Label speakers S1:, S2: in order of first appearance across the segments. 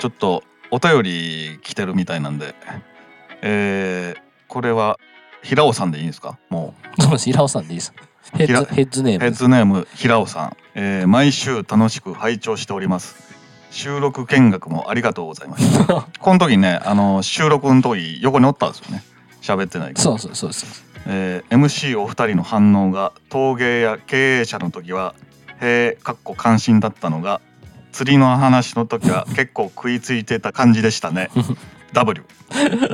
S1: ちょっとお便り来てるみたいなんで、えー、これは平尾さんでいいんですかもう
S2: そうです平尾さんでいいですヘ
S1: 平
S2: ッズヘッズネーム
S1: ヘッ
S2: です
S1: ズネーム平尾さん、えー毎週楽しく拝聴しております収録見学もありがとうございましたこの時ねあの収録の時横におったんですよね喋ってないけど
S2: そうそうそうそう
S1: えー MC お二人の反応が陶芸や経営者の時は「へえ」かっこ関心だったのが釣りの話の時は結構食いついてた感じでしたね W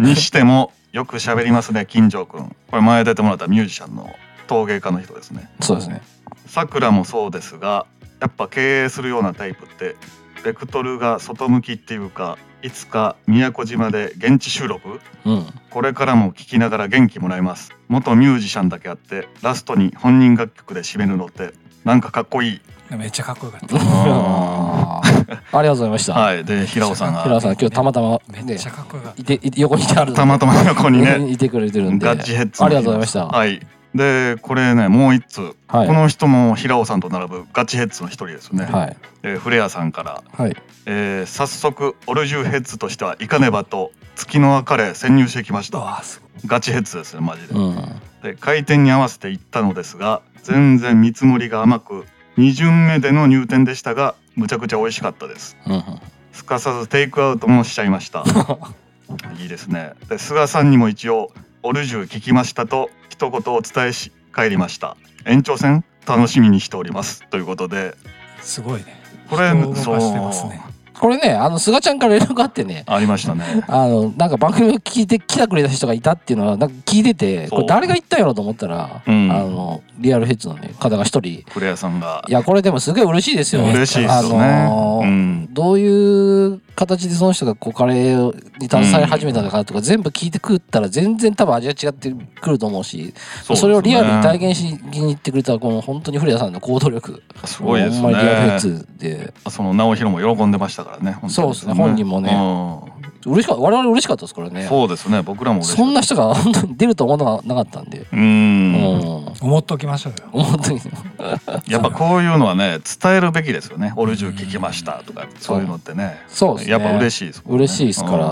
S1: にしてもよく喋りますね金城くんこれ前出てもらったミュージシャンの陶芸家の人ですね
S2: そうですね
S1: さくらもそうですがやっぱ経営するようなタイプってベクトルが外向きっていうかいつか宮古島で現地収録
S2: うん
S1: これからも聴きながら元気もらえます元ミュージシャンだけあってラストに本人楽曲で締めるのってなんかかっこいい
S3: めっちゃかっこよかった。
S2: ありがとうございました、
S1: はいで平尾さん
S2: 平尾
S1: が
S2: さん今日たまたま
S3: めっ
S2: ね
S3: ちゃかっこよかった。
S2: いていて横にいてあるので
S1: たまたま横にね
S2: いてくれてるんで
S1: ガチヘッズの
S2: ありがとうございました
S1: はいでこれねもう一通、
S2: はい
S1: この人も平尾さんと並ぶガチヘッズの一人ですね、
S2: はい
S1: えーフレアさんから、
S2: はい
S1: えー早速オルジュヘッズとしてはいかねばと月の別れ潜入してきました
S3: わあすごい。
S1: ガチヘッズですねマジで、
S2: うん
S1: で開店に合わせて行ったのですが全然見積もりが甘く2巡目での入店でしたがむちゃくちゃ美味しかったです
S2: うん
S1: すかさずテイクアウトもしちゃいました いいですねで菅さんにも一応「オルジュ聞きました」と一言お伝えし帰りました延長戦楽しみにしておりますということです
S3: ごいね。
S1: これ
S3: 人を動かしてますね。
S2: これねあの菅ちゃんから連絡があってね
S1: ありましたね
S2: あのなんか番組を聞いて来てくれた人がいたっていうのはなんか聞いてて
S1: そう
S2: これ誰が言ったんやろと思ったら、
S1: うん
S2: あのリアルヘッズの、ね、方が一人い
S1: クレアさんが
S2: やこれでもすごい嬉しいですよ
S1: 嬉しいですよね、
S2: あの
S1: う
S2: ー
S1: ん
S2: どういう形でその人がこうカレーに携わり始めたのかとか全部聞いてくったら全然多分味が違ってくると思うし
S1: そう
S2: そ
S1: ですね
S2: れをリアルに体現しに行ってくれたこの本当に古谷さんの行動力
S1: すごいですね
S2: ほんまにリアルヘッズで
S1: その直弘も喜んでましたからね。本当に
S2: そうですね本人もね
S1: うん
S2: 嬉しか我々嬉しかったですからね
S1: そうですね。僕らも嬉しい。
S2: そんな人が本当に出ると思わなかったんで、
S1: う
S2: うん
S1: ん。
S3: 思っときましょうよ。
S2: 本当に
S1: やっぱこういうのはね、伝えるべきですよね。オルジュ聞きましたとか、そういうのってね。
S2: そうですね
S1: やっぱ嬉しいですもんね。
S2: 嬉しいですから、
S1: うん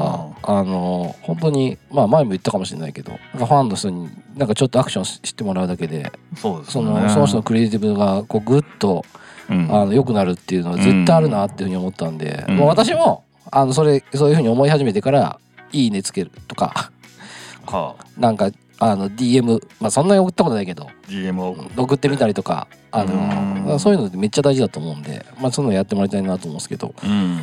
S2: あの本当にまあ前も言ったかもしれないけどなんかファンの人になんかちょっとアクションししてもらうだけで
S1: そうです
S2: そ
S1: よ
S2: の
S1: ね。
S2: その人のクリエイティブがこうグッと
S1: うん
S2: あの良くなるっていうのは絶対あるなっていうふうに思ったんで、
S1: うん
S2: もう私もあのそれそういうふうに思い始めてから「いいね」つけるとか
S1: か、
S2: なんかあの DM、まあ、そんなに送ったことないけど
S1: DM を
S2: 送ってみたりとかあ
S1: う
S2: の
S1: ん
S2: そういうのってめっちゃ大事だと思うんで、まあ、そういうのやってもらいたいなと思うんですけど
S1: うん。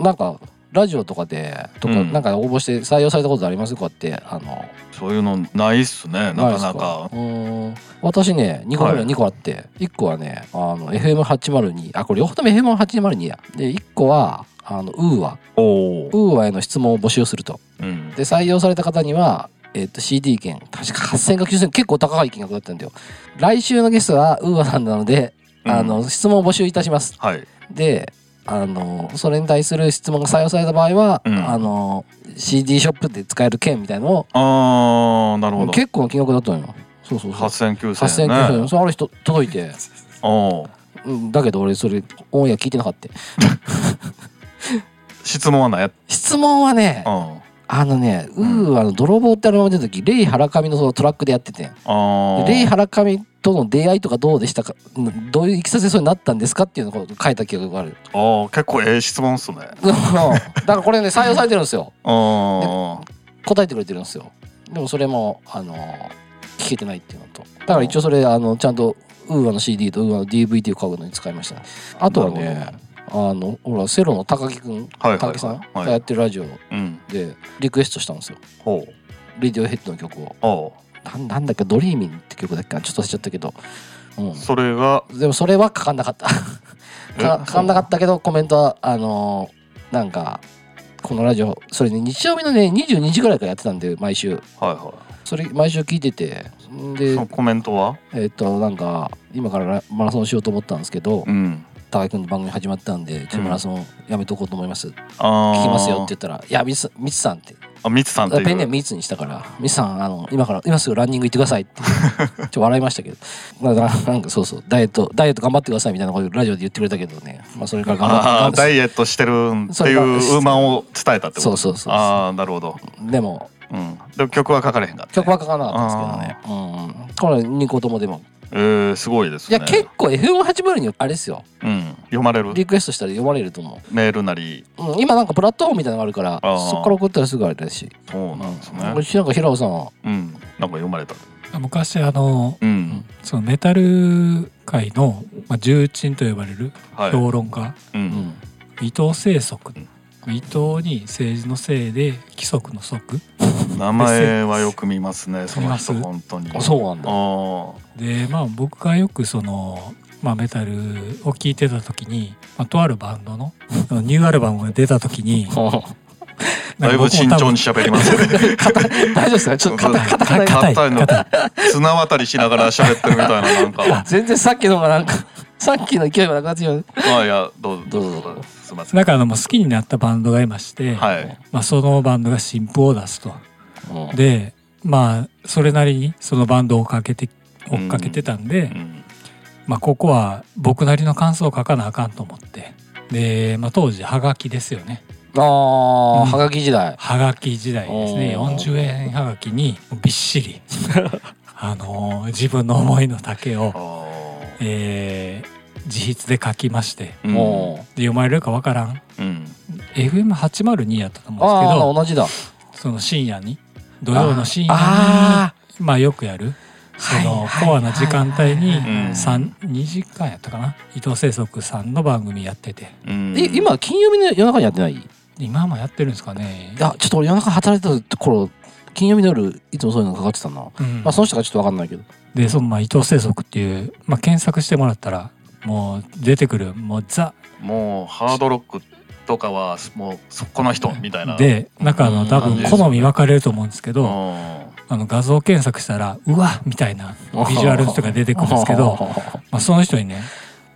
S2: なんかラジオとかでとか、
S1: うん
S2: なんか応募して採用されたことありますかってあの
S1: そういうのないっすね。な
S2: ない
S1: か
S2: です
S1: なか
S2: う。ーん私ね2個ぐら
S1: はいい
S2: 2個あって、1個はねあの FM802 あこれ両方とも FM802 やで1個はあのウーア
S1: おお。
S2: ウーアへの質問を募集すると
S1: うん。
S2: で採用された方にはえっと CD 券確か8000か9000結構高い金額だったんだよ来週のゲストはウーアさんなので、
S1: うん
S2: あの質問を募集いたします
S1: はい。
S2: であのそれに対する質問が採用された場合は、
S1: うん
S2: あの CD ショップで使える券みたいの
S1: あー、なるほ
S2: を
S1: ど。
S2: 結構な金額だったのよそうそうそう
S1: 八千九
S2: 8000
S1: 千
S2: 円
S1: ね。
S2: 9 0そうある人届いて、
S1: おー
S2: うん、だけど俺それオンエア聞いてなかった
S1: 質問はない。
S2: 質問はね
S1: うん。
S2: あのね「う
S1: うん
S2: ーあの泥棒」ってアルバム出た時レイ・ハラカミのそのトラックでやってて
S1: あ
S2: で
S1: ー。
S2: レイ・ハラカミとの出会いとかどうでしたかうんどういういきさつでそうになったんですかっていうのを書いた記憶がある
S1: あー、結構ええ質問っすね。
S2: だからこれね採用されてるんですよ
S1: あ
S2: 答えてくれてるんですよでもそれもあの聞けてないっていうのとだから一応それあのちゃんとウーアの CD とウーアの DVD を買うのに使いましたねあとはねあのほらセロの高木くん
S1: あ。はいはい
S2: 高
S1: は
S2: 木さん
S1: い。
S2: が
S1: は
S2: や
S1: い
S2: っ。てるラジオ
S1: うん。
S2: でリクエストしたんですよ
S1: ほう。
S2: レディオヘッドの曲を
S1: あ
S2: なんなんだっけドリーミンって曲だっけなちょっと忘れちゃったけど、
S1: あ。
S2: う
S1: それが。
S2: ん、でもそれはかかんなかった
S1: え
S2: かかかんなかったけどコメントはあのーなんかこのラジオそれね日曜日のね22時ぐらいからやってたんで毎週
S1: はいは
S2: それ毎週聞いててん
S1: い。
S2: で
S1: そのコメントは。
S2: えっとなんか今からラマラソンしようと思ったんですけど
S1: うん。
S2: 高井君の番組始まったんでちょっとマラソンやめとこうと思います、
S1: ああ。
S2: 聞きますよって言ったら「いやミツミツさん」って
S1: あミツさんって
S2: ペン
S1: い
S2: ネーム
S1: う
S2: ミツにしたから「ミツさんあの今から今すぐランニング行ってください」っ てちょっと笑いましたけどまあななんかそうそうダイエットダイエット頑張ってくださいみたいなことラジオで言ってくれたけどね、まあ、それから頑張って
S1: あ
S2: 頑
S1: ー
S2: 張っ
S1: ダイエットしてるんって
S2: それ
S1: い
S2: が
S1: う馬を伝えたってこと
S2: そうそうそうそう
S1: ああなるほど、
S2: でも
S1: うん、でも曲は書かれへんかった、
S2: 曲は書かなかったんですけどね、うん、これ2個ともでも
S1: えー、すごいです
S2: い
S1: ね
S2: や結構 F480 にあれですよ
S1: うん、読まれる
S2: リクエストしたら読まれると思
S1: メールなり
S2: う、うん、今なんかプラットフォームみたいなのがあるから
S1: あー
S2: そっから送ったらすぐあれだし
S1: そうなんですね、
S2: うちなんか平尾さんは
S1: うん、なんか読まれた
S3: 昔あの
S1: うん
S3: そのメタル界の、まあ、重鎮と呼ばれる
S1: はい
S3: 評論家、
S1: う
S2: うんん
S3: 伊藤清則
S1: うん
S3: 伊藤に政治のせいで規則の則
S1: 名前はよく見ますねその人
S3: 見ます
S1: 本当に
S2: あそうなんだ
S1: あ
S3: でまあ僕がよくその、まあ、メタルを聴いてた時に、まあ、とあるバンドの あのニューアルバムが出た時に
S1: ー だいぶ慎重に喋ります ね
S2: 大丈夫ですかちょっと
S1: そう
S2: 硬
S1: そう
S2: 硬くない
S3: 硬い
S1: 硬いの 綱渡りしながら喋ってるみたいななんかま
S2: 全然さっきのがなんか さっきの勢いがなくなってしまう
S1: あいやどうぞどうぞどうぞすいません
S3: だからもう好きになったバンドがいまして、
S1: はい
S3: まあ、そのバンドが新譜を出すと。
S2: うん
S3: でまあそれなりにそのバンドを追っかけて追っかけてたん
S1: う
S3: で、
S1: ん
S3: まあ、ここは僕なりの感想を書かなあかんと思ってで、まあ、当時はがきですよね
S2: ああ、
S3: うん
S2: はがき時代。
S3: はがき時代ですね
S2: おー
S3: 40円はがきにびっしりあのー自分の思いの丈を
S1: あ、ー
S3: えー自筆で書きまして
S1: うん
S2: も
S3: で読まれるかわからん
S1: うん
S3: FM802 やったと
S2: う
S3: 思うんですけ
S2: ああ
S3: ど
S2: 同じだ。
S3: その深夜に土曜の深夜に
S2: あ
S3: まあよくやるそ
S2: は
S3: の
S2: いはい
S3: コアな時間帯に
S2: はい
S1: はい
S3: 2時間やったかな伊藤清則さんの番組やってて
S1: うん
S2: え今金曜日の夜中にやってない？い
S3: 今もやってるんですかね
S2: やちょっと俺夜中働いてた頃金曜日の夜いつもそういうのかかってたな。ま
S3: うん
S2: あその人がちょっとわかんないけど。
S3: でそのまあ伊藤清則っていう、まあ、検索してもらったらもう出てくるもうザ
S1: もうハードロックとかはもうそこの人みたいな
S3: でなんかあの多分好み分かれると思うんですけ
S1: うん
S3: どあの画像検索したらうわみたいなビジュアルの人が出てくるんですけど、まあ、その人にね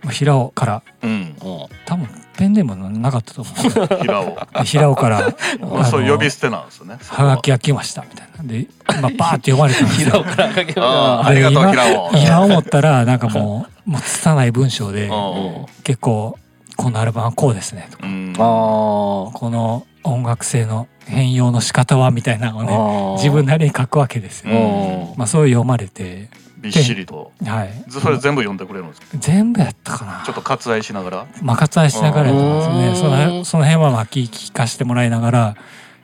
S3: まあ平尾から
S1: うん
S2: う
S3: 多分ペンネームなかったと思うんですよ
S1: 平尾
S3: で平尾から
S1: まあ、そう呼び捨てなんですよね。そこ
S3: はがきが来ましたみたいなで、 まあ、バーって読まれたんですよ
S2: からかけ
S1: あああ
S3: で
S1: りがとう、
S3: 今
S1: 平尾。
S3: 今思ったらなんかもうもう拙い文章で
S1: うん
S3: 結構このアルバムはこうですねとか
S1: うん。
S2: あ
S3: この音楽性の変容の仕方はみたいなのを
S2: あ
S3: ね
S2: ああ
S3: 自分なりに書くわけですよ。
S2: うん
S3: まあそういう読まれて、
S1: びっしりと。
S3: はい、
S1: それ全部読んでくれるんですか
S3: 全部やったかな
S1: ちょっと割愛しながら。
S3: まあ割愛しながらやったんですよね
S2: う
S3: そ
S2: ん
S3: のその辺はまあ聞聞かせてもらいながら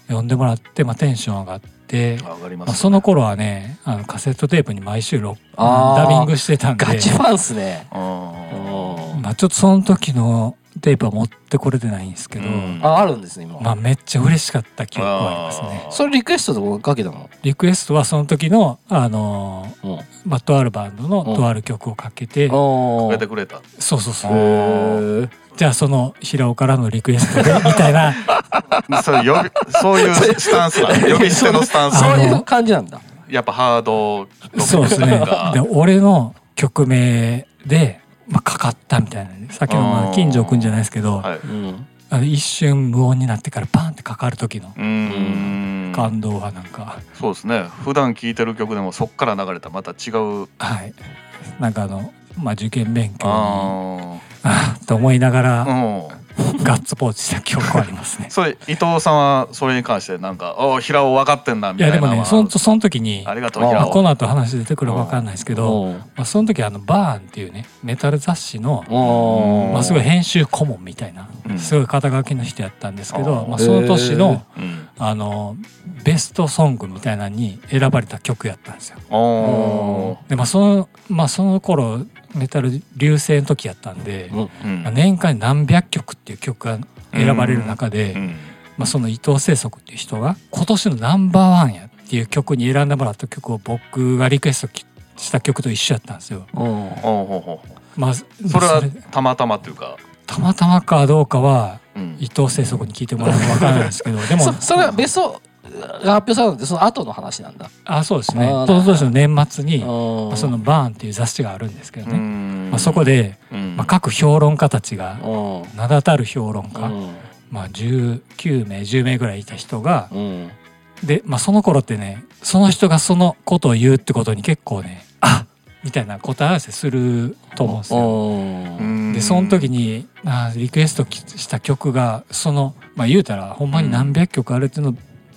S3: 読んでもらって、まあ、テンション上がって、
S1: 上がりま
S3: まあ、
S1: す
S3: そ
S1: ね。
S3: の頃はねあのカセットテープに毎週ロ
S2: あー
S3: ダビングしてたんで
S2: ガチファンっすね。
S1: あ
S3: まあ、ちょっとその時のテープは持ってこれてないんですけど、
S1: うん
S2: ああるんですね今。
S3: まあ、めっちゃ嬉しかった記憶はあります
S1: あ
S3: ね
S1: ー。
S2: それリクエストとかかけたの？
S3: リクエストはその時の、あのー
S2: うん。
S3: まあ、とあるバンドの
S2: うん
S3: とある曲をかけて、
S1: あ。
S2: あ
S1: 出
S2: あ
S1: てくれた。
S3: そうそうそう、
S2: へえ。
S3: じゃあその平尾からのリクエストでみた いな
S1: そう呼びそういうスタン スなん呼び捨てのスタンス
S2: そ
S3: あ
S2: う
S3: の
S2: いう感じなんだ。
S1: やっぱハードロック
S3: そうですね
S1: が
S3: で俺の曲名で、まあ、かかったみたいなねさっきのま
S1: あー
S3: あ金城くんじゃないですけど、
S1: はい。
S2: うん。
S3: あの一瞬無音になってからバンってかかる時の
S1: うーん。
S3: 感動はなんか、
S1: そうですね。普段聴いてる曲でもそっから流れたまた違う。
S3: はいなんかあの、まあ、受験勉強に
S1: あ
S3: あ ーと思いながら、
S1: あ。うん。
S3: ガッツポーチした記憶はありますね
S1: 。それ伊藤さんはそれに関してなんか「おお平尾分かってんな」み
S3: い
S1: たい
S3: や
S1: な
S3: で
S1: の
S3: も
S1: は
S3: ね、そのその時に、
S1: ありがとう
S2: あ
S1: 平
S3: まあ、
S1: 尾
S3: この後話出てくるかわかんないですけど、
S2: うん
S3: まあ、その時あのバーンっていうね、メタル雑誌の、
S2: お
S3: まあ、すごい編集顧問みたいな
S1: う、ん
S3: すごい肩書きの人やったんですけ
S1: あ
S3: ど、
S1: ー
S3: まあ、その年
S2: へー
S3: の、
S1: うん
S3: あの、ベストソングみたいなのに選ばれた曲やったんですよ。
S1: おー
S3: で、まあ、その、まあ、その頃、メタル流星の時やったんで、
S2: うん
S1: うん
S3: まあ年間何百曲っていう曲が選ばれる中で、
S1: うん
S3: まあ、その伊藤聖則っていう人が今年のナンバーワンやっていう曲に選んでもらった曲を僕がリクエストきした曲と一緒やったんですよ。
S2: うん
S1: おうほうほう
S3: まあ、そ
S1: それはたまたまっていうか、
S3: たまたまかどうかは
S1: うん
S3: 伊藤聖則に聞いてもらうと分からないですけどでも
S2: そそれはベストが発表されるのってその後の話なんだ。
S3: あそうですね
S2: あー
S3: その年の年末に、ま
S2: あ
S3: あその「バーン」っていう雑誌があるんですけど
S1: う
S3: ね、
S1: ん
S3: まあ、そこで、
S1: うん
S3: まあ、各評論家たちが
S2: うん
S3: 名だたる評論家、
S2: うん
S3: まあ、19名10名ぐらいいた人が、
S2: うん
S3: で、まあ、その頃ってねその人がそのことを言うってことに結構ねあみたいな答え合わせすると思うんですよ。
S2: ん
S3: でその時にあリクエストした曲がその、まあ、言うたらほんまに何百曲あるっていうの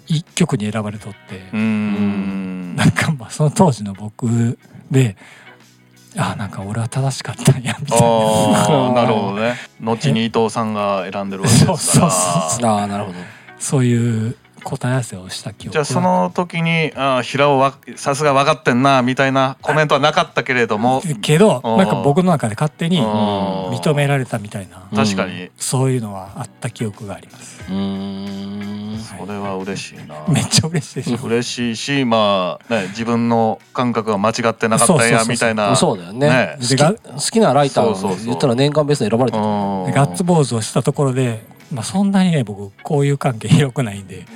S3: 1曲に選ばれとって、
S1: うーん
S3: なんかまあその当時の僕であなんか俺は正しかったんやみたいな。
S1: あ あなるほどね後に伊藤さんが選んでるわけですから
S3: そうそうそ
S2: ああなるほど
S3: そういう答え合わせをした記憶
S1: じゃあその時に「あー平尾はさすが分かってんな」みたいなコメントはなかったけれども
S3: けど
S1: うん
S3: なんか僕の中で勝手に
S1: うん
S3: 認められたみたいな
S2: うん
S1: 確かに
S3: そういうのはあった記憶があります
S2: うーん
S1: それは嬉しいな
S3: めっちゃ嬉しいでしょ
S1: 嬉しいしまあね自分の感覚が間違ってなかったん
S3: そうそうそう
S1: や
S3: そう
S1: みたいな
S2: そうだよね
S1: ね
S2: 好き好きなライター
S1: そうそうそ
S2: を
S1: う
S2: 言ったら年間ベストに選ばれてる
S1: う
S3: で
S1: ん
S3: ガッツポーズをしたところでまあそんなにね僕交友関係広くないんで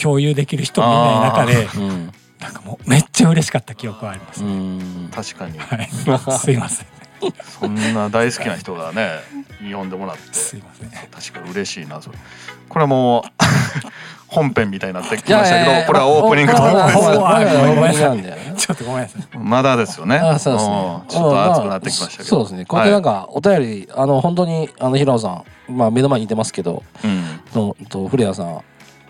S3: 共有できる人もいない中で
S2: うん
S3: なんかもうめっちゃ嬉しかった記憶はあります
S2: う、ん
S1: 確かに
S3: はいすいません
S1: そんな大好きな人がね日本でもらって
S3: すいません
S1: 確かに嬉しいなそれこれはも う本編みたいになってき
S2: じゃ
S1: ま
S2: あ
S1: したけど、
S2: えー
S1: これはオープニングと
S2: まあまあ
S3: オープニング
S2: まあまあ
S3: オープニング
S2: オープニングなんだよね
S3: ちょっとごめんなさい
S1: まだですよね
S2: あそうですね
S1: ん。ちょっと熱くなってきましたけど、
S2: まあまあそそうですね。こうやってなんか、お便り、あの、本当に、あの、平野さん、まあ、目の前にいてますけど、
S1: はいうん
S2: の、と、フレアさん。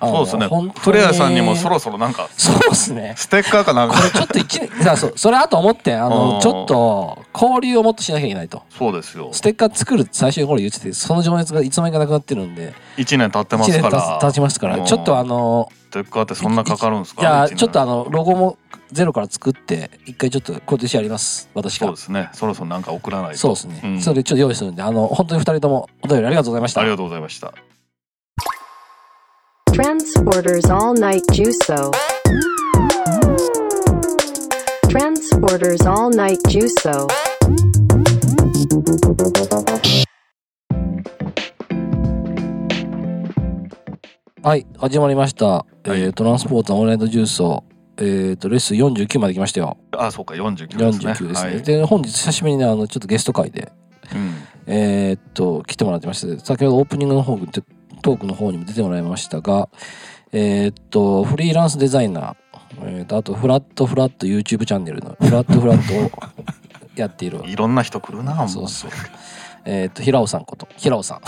S2: あ
S1: そ
S2: の
S1: うですね
S2: 本当
S1: フレアさんにもそろそろなんか
S2: そうですね。
S1: ステッカーかなん
S2: こ
S1: か
S2: れちょっと一年、さあ、そう、それあと思って、あ
S1: う
S2: の、
S1: ん
S2: ちょっと、交流をもっとしなきゃいけないと。
S1: そうですよ
S2: ステッカー作るって最初の頃言ってて、その情熱がいつの間にかなくなってるんで、
S1: 1年経ってま
S2: 一
S1: す
S2: 年
S1: か
S2: た
S1: ら
S2: 経ちますから、
S1: うん
S2: ちょっとあの、
S1: ステッカーってそんなかかるんですか
S2: いや、
S1: 一年
S2: ちょっとあの、ロゴもゼロから作って、一回ちょっと今年やります、私
S1: そう
S2: が
S1: で。すねそろそろなんか送らないと
S2: そうですね、
S1: うん
S2: それちょっと用意するんであの本当に二人ともお便りありがとうございました
S1: ありがとうございました
S4: Transporters All Night Juso. Transporters All Night Juso.
S2: はい始まりました、えー
S1: い
S2: トランスポーターオンラインジュースをえー、とレッスン49まで来ましたよ
S1: あそうか49ですね
S2: 49ですね、
S1: はい
S2: で本日久しぶりにねあのちょっとゲスト会で
S1: うん
S2: えーっと来てもらってまして先ほどオープニングの方でトークの方にも出てもらいましたがえーっとフリーランスデザイナー、えーっとあとフラットフラット YouTube チャンネルのフラットフラットをやっている
S1: いろんな人来るなもう
S2: そうそうえーっと平尾さんこと平尾さん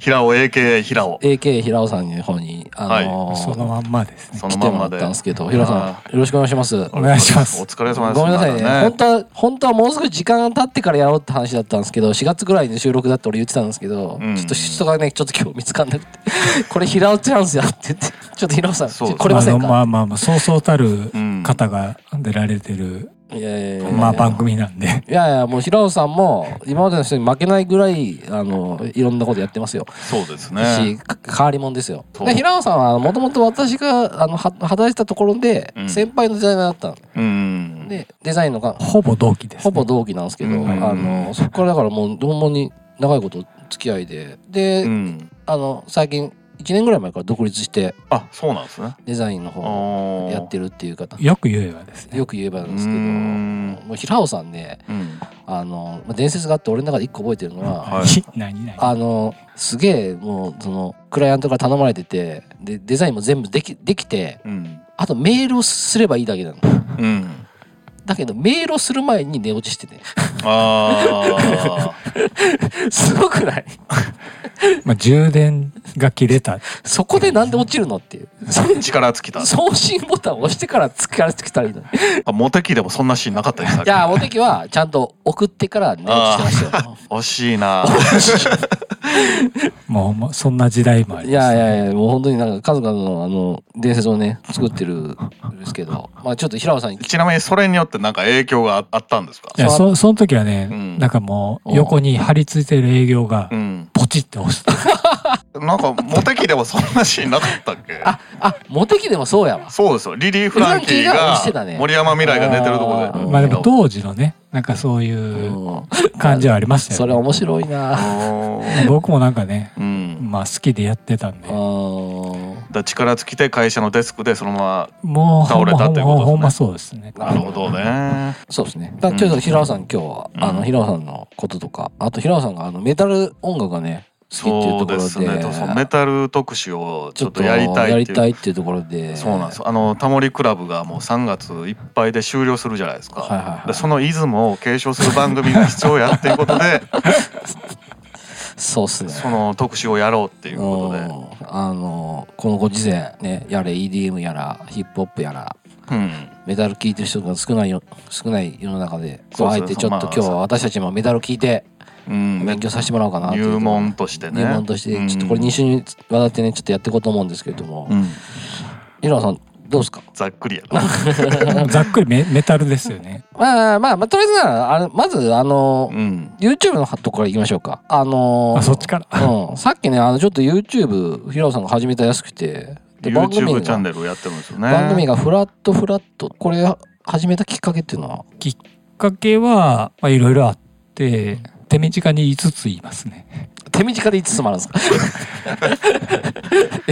S1: 平尾 AKA 平尾
S2: AK 平尾さんの方に、あのー
S3: そのまんまですね
S1: その
S2: 来て
S1: まん
S2: もら
S1: ま
S2: っ
S1: で
S2: たんですけど、平尾さ
S1: あ
S2: ん、よろしくお願いします。
S3: お願いします
S1: お疲れ
S2: ご
S1: 様です
S2: めんなさいね
S1: まだ
S2: 本当は、本当はもうすぐ時間が経ってからやろうって話だったんですけど、4月ぐらいに収録だって俺言ってたんですけど、
S1: うん
S2: ちょっと人がね、ちょっと今日見つかんなくて、 これ平尾チャンスやって言って、ちょっと平尾さん、
S1: そう
S2: 来れません
S3: あのま
S2: か
S3: あまあまあそうそうたる
S1: うん
S3: 方が出られてる、
S2: いやいやいや
S3: まあ番組なんで
S2: いやいや、もう平尾さんも、今までの人に負けないぐらい、あの、いろんなことやってますよ。
S1: そうです
S2: し、
S1: ね
S2: か変わり者ですよ。
S1: そう
S2: で平尾さんはもともと私があのは働いてたところで
S1: うん
S2: 先輩のデザイナーだったの、
S1: うん
S2: でデザインのが
S3: ほぼ同期です、
S2: ほぼ同期なんですけど、
S1: うん
S2: あのそこからだからもうほんまに長いこと付き合いでで、
S1: うん
S2: あの最近1年ぐらい前から独立して
S1: あそうなんですね
S2: デザインの方をやってるっていう方
S3: よく言えばですね
S2: よく言えばなんですけ
S1: う
S2: ど
S1: ーん
S2: もう平尾さんね
S1: うん
S2: あのまあ伝説があって俺の中で1個覚えてるのは、
S1: はい
S3: い 何々
S2: あのすげえもうそのクライアントから頼まれててでデザインも全部できできて
S1: うん
S2: あとメールをすればいいだけなの。
S1: うん
S2: だけどメールをする前に寝落ちしてて。
S1: あー
S2: すごくない
S3: まあ、充電が切れた
S2: そこでなんで落ちるのっていう。
S1: 力尽きた
S2: 送信ボタンを押してからつからつけたらい いのに。い
S1: あモテ期でもそんなシーンなかったですか
S2: や、モテキはちゃんと送ってから寝落ちしてましたよ。
S1: 惜しいな
S3: もうもうそんな時代もあり
S2: い
S3: ま
S2: や
S3: す
S2: いやいや、もう本当になんか数々のあの、伝説をね、作ってるんですけど、まあちょっと平野さんに聞 き
S1: ちなみにそれによってなんか影響があったんですか
S3: いやそその時はね、
S1: うん
S3: なんかもう横に張り付いてる営業が
S1: うん
S3: ポチって押した、
S1: なんかモテ期でもそんなシーンなかったっけ
S2: あ、あ、モテキでもそうやわ。
S1: そうですよリリー・フランキー
S2: フランキーが
S1: が
S2: 押してたね
S1: 森山未来が寝てるとこ
S2: あ
S1: ろ
S2: ー
S1: で
S3: まあでも当時のねなんかそういう
S2: うん
S3: 感じはありました
S2: そ
S3: よ、
S2: れ
S3: ね、
S2: 面白い な
S1: おー
S3: 僕もなんかね
S1: うん
S3: まあ好きでやってたんで
S2: あー
S1: だから力尽きて会社のデスクでそのま
S3: もうほんま
S1: 倒れたっていうことですね
S3: ほんまそうですね
S1: まなるほどね
S2: そうですね。だからちょっと平尾さん、今日は、
S1: うん
S2: あの、平尾さんのこととか、あと平尾さんが、あの、メタル音楽がね、きっていう
S1: そう
S2: ところ
S1: で
S2: で。
S1: すねとそのメタル特集をちょっとやりたい
S2: や
S1: っ
S2: り
S1: て
S2: た
S1: い
S2: いうっていうところで。
S1: そうなんですあのタモリクラブがもう3月いっぱいで終了するじゃないですか、
S2: はいはいはい
S1: でそのイズムを継承する番組が必要やっていうことで
S2: そうっすね。
S1: その特集をやろうっていうことで、
S2: うんあのこのご時世ねやれ EDM やらヒップホップやら
S1: うん、
S2: メダル聴いてる人が少ないよ少ない世の中で
S1: そうそう
S2: あえてちょっと
S1: まあ
S2: 今日は私たちもメダル聴いて
S1: うん、
S2: 勉強させてもらおうかなという
S1: 入門としてね
S2: 入門としてちょっとこれ2週にわたってねちょっとやっていこうと思うんですけれども
S1: うん、うん
S2: イロハさんどうですか
S1: ざっくりやな
S3: ざっくりメメタルですよね。
S2: まあまあまあとりあえずなあのまずあの
S1: うん、
S2: YouTube のとこからいきましょうかあの
S3: あそっちから。
S2: うん、さっきねあのちょっと YouTube ヒロさんが始めたやすくてで番組
S1: YouTube チャ
S2: が
S1: ンネルをやってるんですよね
S2: 番組がフラットフラットこれ始めたきっかけっていうのは
S3: きっかけは、まあ、いろいろあって、手短に5つ言いますね。
S2: 手短でいつつもあるんですか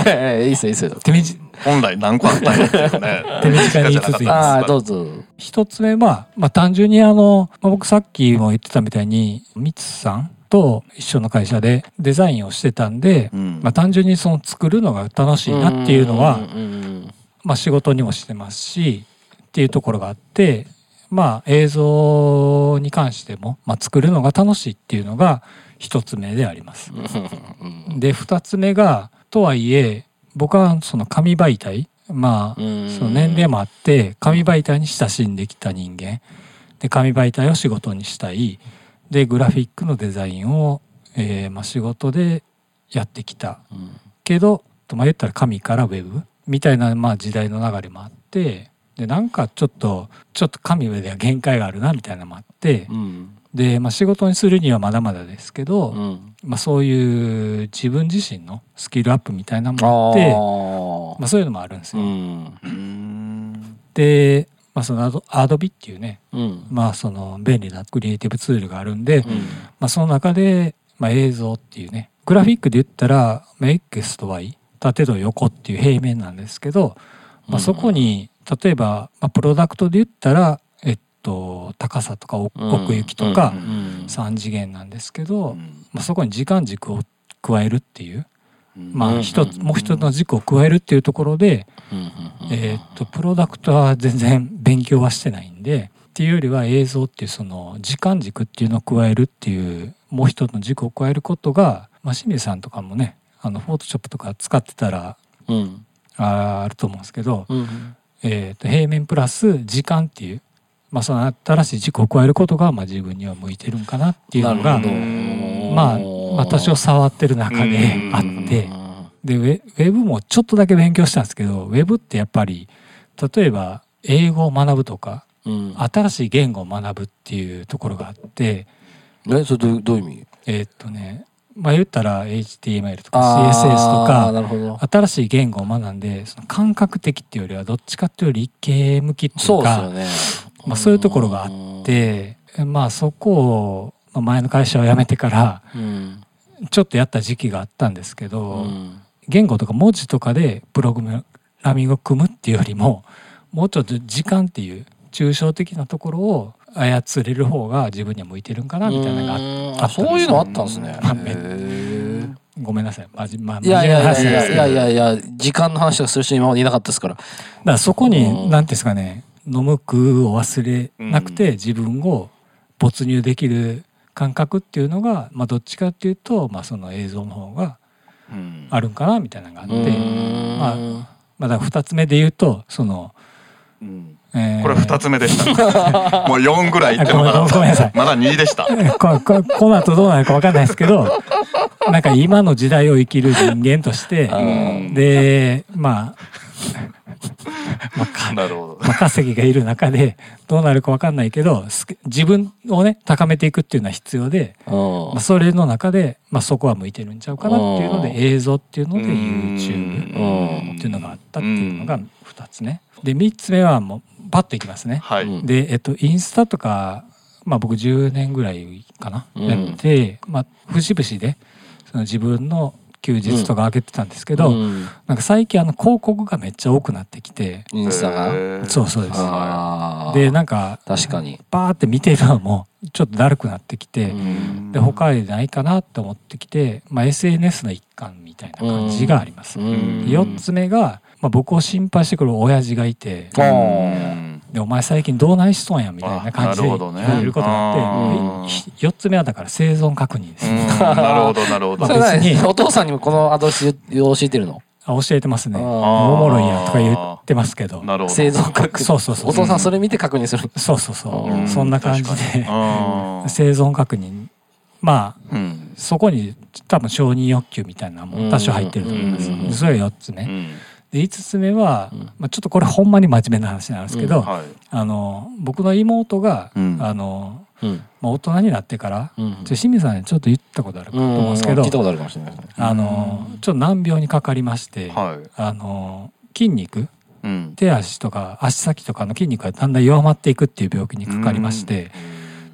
S2: いやいやいいっすよいいっすよ
S3: 手短
S1: 本来何個あったんやっていう ね
S3: 手短に言いつつ
S1: い
S2: あ
S1: や
S2: あどうぞ
S3: 一つ目は、まあ、単純にあの、まあ、僕さっきも言ってたみたいに、ミツさんと一緒の会社でデザインをしてたんで、
S1: うん
S3: まあ、単純にその作るのが楽しいなっていうの
S2: ん
S3: は、
S2: うんうん
S3: まあ、仕事にもしてますし、っていうところがあって、まあ、映像に関しても、まあ、作るのが楽しいっていうのが一つ目であります。
S2: うん
S3: で、二つ目が、とはいえ、僕はその紙媒体、まあ、
S2: うん
S3: その年齢もあって紙媒体に親しんできた人間で紙媒体を仕事にしたいでグラフィックのデザインを、えーまあ、仕事でやってきた
S2: うん
S3: けどとまあ言ったら紙からウェブみたいな、まあ、時代の流れもあってでなんかちょっとちょっと紙では限界があるなみたいなのもあって
S2: うん
S3: で、まあ、仕事にするにはまだまだですけど、
S2: うん
S3: まあ、そういう自分自身のスキルアップみたいなの
S2: あ
S3: もあって
S2: ー
S3: まあ、そういうのもあるんです
S2: う
S3: よ。
S2: ん
S1: うん
S3: で、まあ、そのアドアドビっていうね、
S2: うん
S3: まあ、その便利なクリエイティブツールがあるんで、
S2: うん
S3: まあ、その中で、まあ、映像っていうねグラフィックで言ったら、まあ、X と Y 縦と横っていう平面なんですけど、まあ、そこに例えば、まあ、プロダクトで言ったら、えっと、高さとか奥
S2: うん
S3: 奥行きとか
S1: うん
S2: うん
S3: 3次元なんですけど、
S1: うん
S3: まあ、そこに時間軸を加えるっていう、ま
S2: うん
S3: あ、一つもう一つの軸を加えるっていうところで、
S2: うんうん
S3: えーっとプロダクトは全然勉強はしてないんでっていうよりは映像っていうその時間軸っていうのを加えるっていうもう一つの軸を加えることが、まあ、清水さんとかもねあのフォートショップとか使ってたら
S2: うん
S3: あーあると思うんですけど、
S2: うん
S3: えーっと平面プラス時間っていう、まあ、その新しい軸を加えることが、まあ、自分には向いてるんかなっていうの
S2: な
S3: が
S2: るほど
S3: まあ私を触ってる中で
S1: うん
S3: あって。でウェウェブもちょっとだけ勉強したんですけどウェブってやっぱり例えば英語を学ぶとか
S2: うん
S3: 新しい言語を学ぶっていうところがあって
S2: えそれどうどういう意味
S3: えーっとねまあ言ったら HTML とか
S2: あー
S3: CSS とか
S2: なるほど
S3: 新しい言語を学んでその感覚的っていうよりはどっちかっていうより理系向きってい
S2: そううですよ
S3: か
S2: ね
S3: まあそういうところがあってまあそこをまあ前の会社を辞めてから
S2: うん
S3: ちょっとやった時期があったんですけ
S2: う
S3: ど。
S2: ん
S3: 言語とか文字とかでプログラミングを組むっていうよりももうちょっと時間っていう抽象的なところを操れる方が自分には向いてるんかなみたいなのがあっ
S2: うん
S3: あったんですよ
S2: そういうのあったんですね
S3: まあめ
S2: へー
S3: ごめんなさいまじ、ま、
S2: いやい
S3: 真面目な
S2: やいや
S3: 話なんで
S2: い
S3: すけど
S2: やいやいやいや時間の話がする人今までいなかったですから
S3: だからそこに
S2: うん
S3: 何ていうんですかね飲む句を忘れなく
S1: う
S3: て自分を没入できる感覚っていうのが、まあ、どっちかっていうと、まあ、その映像の方が
S1: うん
S3: あるんかなみたいなのがあって、
S2: うん
S3: まあまあだから2つ目で言うとその、
S1: うん
S3: えー
S1: これ二つ目でした。 もう四ぐらいいってるの
S3: あごめんごめんなさい
S1: かな。まだ二でした。
S3: こここの後どうなるか分かんないですけどなんか今の時代を生きる人間として
S1: うん
S3: でまあまあか
S1: なるほ
S3: まあ稼ぎがいる中でどうなるか分かんないけどす自分をね高めていくっていうのは必要で、
S2: うん
S3: まあ、それの中で、まあ、そこは向いてるんちゃうかなっていうの
S2: うん
S3: で映像っていうので
S1: うん
S3: YouTube
S2: うん
S3: っていうのがあったっていうのが2つね。で3つ目はもうパッといきますね。
S1: はい。
S2: うん
S3: で、えっと、インスタとか、まあ、僕10年ぐらいかな、
S2: うん
S3: やって、まあ、節々でその自分の休日とか開けてたんですけど、
S2: うん
S3: なんか最近あの広告がめっちゃ多くなってきて、
S2: インスタが。
S3: そうそうです。
S2: ああ。
S3: でなんか
S2: 確かに。
S3: バーって見てるのもちょっとだるくなってきて、
S2: うん
S3: で他でないかなって思ってきて、まあ、SNS の一環みたいな感じがあります。
S2: うん
S3: で4つ目が、まあ、僕を心配してくる親父がいて
S2: あ
S1: あ
S3: でお前最近どうないしそうやんみたいな感じで
S1: あな
S3: 言
S1: るほどね
S3: われることが
S1: う
S3: あ
S1: ん
S3: って4つ目はだから生存確認です、
S1: うんなるほどなるほど
S3: ま
S2: そ
S3: あ
S2: れ
S3: 別
S2: 何
S3: に
S2: お父さんにもこのアドレス教えてるの
S3: あ教えてますね
S2: あー
S3: おもろいやんとか言ってますけど
S1: なるほど
S2: 生存確認。
S3: そうそうそう
S2: お父さんそれ見て確認する。
S3: そうそうそう、
S2: うん
S3: そんな感じで
S1: あー
S3: 生存確認ま
S1: う
S3: あ
S1: ん
S3: そこに多分承認欲求みたいなのも多少入ってると思います、
S1: うん
S3: でそれが4つ目、
S1: うん
S3: で5つ目は、
S2: うん
S3: まあ、ちょっとこれほんまに真面目な話なんですけ
S2: う
S3: ど、
S2: ん
S1: はい
S3: あの僕の妹が、
S1: うん
S3: あの
S2: うん。
S3: まあ、大人になってから、
S2: うん
S3: ちょ清水さんにちょっと言ったことあるかと思うんですけど、
S2: 聞いたことあるかもしれない。
S3: あのちょっと難病にかかりまして、
S1: はい
S3: あの筋肉
S1: うん
S3: 手足とか足先とかの筋肉がだんだん弱まっていくっていう病気にかかりまして、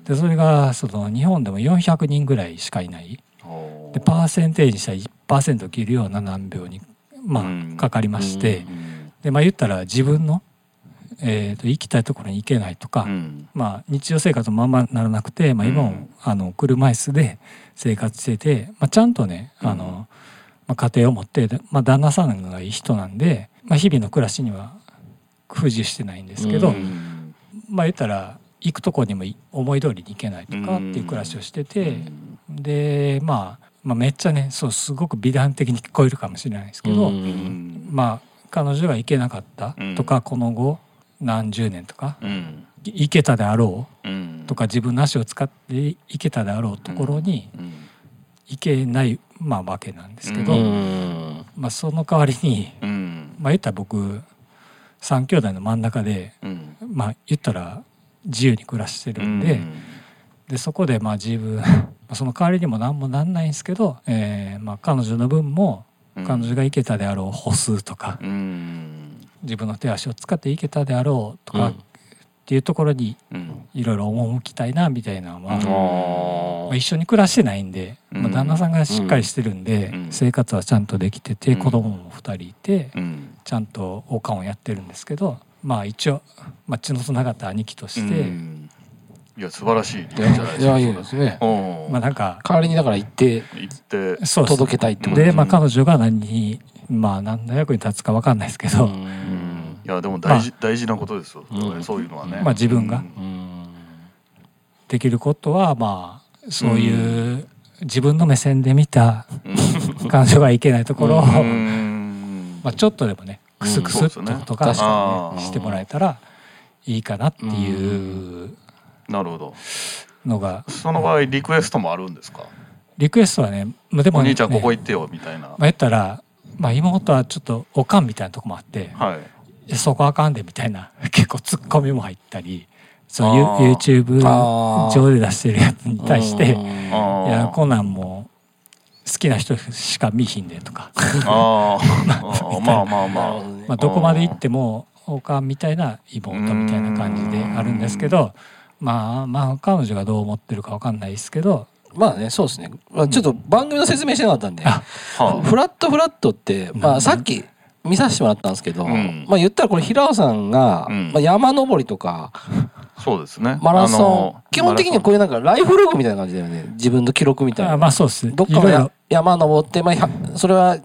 S3: でそれがその日本でも400人ぐらいしかいない
S1: おー
S3: でパーセンテージにしたら1%を切るような難病に、ま
S1: うん
S3: あ、かかりまして。
S1: うん
S3: でまあ言ったら自分の、えーと行きたいところに行けないとか、
S1: うん
S3: まあ、日常生活もまんまならなくて、まあ、今も、
S1: うん
S3: あの車椅子で生活してて、まあ、ちゃんとね
S1: うん
S3: あの、まあ、家庭を持って、でまあ、旦那さんがいい人なんで、まあ、日々の暮らしには不自由してないんですけど、
S2: うん
S3: まあ言ったら行くとこにもい思い通りに行けないとかっていう暮らしをしてて、で、まあ、まあめっちゃねそうすごく美談的に聞こえるかもしれないですけど。
S2: うん
S1: うん
S3: まあ彼女が行けなかったとか、
S1: う
S3: この後何十年とか
S1: うん
S3: い行けたであろ
S1: うん
S3: うとか自分の足を使って行けたであろうところに
S1: うん
S3: 行けない、まあ、わけなんですけ
S2: う
S3: ど、
S2: ん。
S3: まあ、その代わりに、
S1: うん
S3: まあ、言ったら僕3兄弟の真ん中で、
S1: うん
S3: まあ、言ったら自由に暮らしてるんで,、でそこでまあ自分 まあその代わりにも何もなんないんですけど、えーまあ、彼女の分も
S1: うん
S3: 彼女が行けたであろう歩数とか
S1: うん
S3: 自分の手足を使っていけたであろうとか
S2: うん
S3: っていうところに
S1: うん
S3: いろいろ赴きたいなみたいなのは、
S1: うん
S3: まあ一緒に暮らしてないんで、
S1: うん
S3: まあ、旦那さんがしっかりしてるんで、
S1: うん
S3: 生活はちゃんとできてて、
S1: うん
S3: 子供も2人いて、
S1: うん
S3: ちゃんと王冠をやってるんですけどまあ一応、まあ、血のつながった兄貴として、
S1: うんいや素晴らしいいいじ
S2: い
S1: ゃない
S2: や、い
S1: ですか
S2: や、いいですね。
S1: おー
S3: まあなんか
S2: 代わりにだから行って
S1: 行って
S3: そうそう
S2: 届けたいってこと
S3: で、
S2: すね
S3: まあ、彼女が何にまあ何の役に立つか分かんないですけど、
S2: うん
S1: いやでも大事大事なことですよそういうのはね
S3: まあ自分が
S2: うん
S3: できることはまあそういう自分の目線で見た 彼女がいけないところを、
S1: うんうん
S3: まあ、ちょっとでもねクスクスっと
S1: うんそうですね
S3: とか、
S2: 確
S1: かにね
S3: してもらえたらいいかなっていう
S1: なるほど
S3: のが
S1: その場合リクエストもあるんですか
S3: リクエストはねまあで
S1: お
S3: もね
S1: 兄ちゃんここ
S3: ね
S1: 行ってよみたいな
S3: まあ、やったら、まあ、妹はちょっとおかんみたいなとこもあって
S1: はい
S3: 「そこあかんで」みたいな 結構ツッコミも入ったりそういう
S1: あー
S3: YouTube
S2: あー
S3: 上で出してるやつに対して
S2: う
S3: 「
S2: ん
S1: あ
S3: い
S1: ー
S3: やこんなんもう好きな人しか見ひんで」とか、
S1: あーまあまあま
S2: な
S1: あ
S2: るほどね
S3: まあ、どこまで行ってもおかんみたいな妹みたいな感じであるんですけどまあまあ彼女がどう思ってるかわかんないですけど
S2: まあね、そうですね。まあちょっと番組の説明してなかったんで、
S3: あ
S1: は
S2: フラットフラットって、まあさっき見させてもらったんですけど、
S1: うん
S2: まあ言ったらこれ平尾さんが、
S1: うん
S2: まあ山登りとか
S1: あそうですね
S2: マラソン、
S1: あの
S2: 基本的にはこういうなんかライフログみたいな感じだよね。自分の記録みたいな。
S3: あまあそうですね
S2: どっか
S3: い
S2: の
S3: ろい
S2: や
S3: ろ
S2: 山登って、まあ、ひゃそれは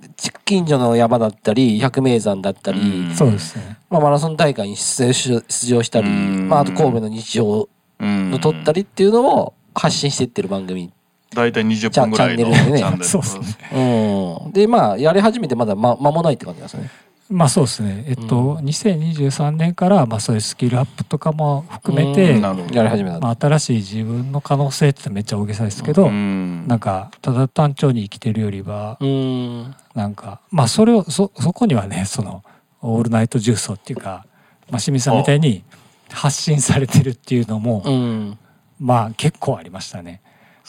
S2: 近所の山だったり百名山だったり、
S1: うん
S3: そうですね
S2: まあ、マラソン大会に出場し出場したり、
S1: うん
S2: まあ、あと神戸の日常
S1: うん
S2: の撮ったりっていうのを発信していってる番組、
S1: 大体20分ぐらいの
S2: チャンネルでね
S1: チャンネル
S3: そうですね
S2: うん、でまあやり始めてまだま間もないって感じなんですよね。
S3: まあそうですね。えっと、2023年から、まあそういうスキルアップとかも含めて、
S2: うん
S1: なるほど
S2: やり始めたんだ
S3: まあ新しい自分の可能性ってめっちゃ大げさですけど、
S1: うん
S3: なんか、ただ単調に生きてるよりは、
S2: うん
S3: なんか、まあそれを、そ、そこにはね、その、オールナイト重曹っていうか、まあ清水さんみたいに発信されてるっていうのも、
S2: うん
S3: まあ結構ありましたね。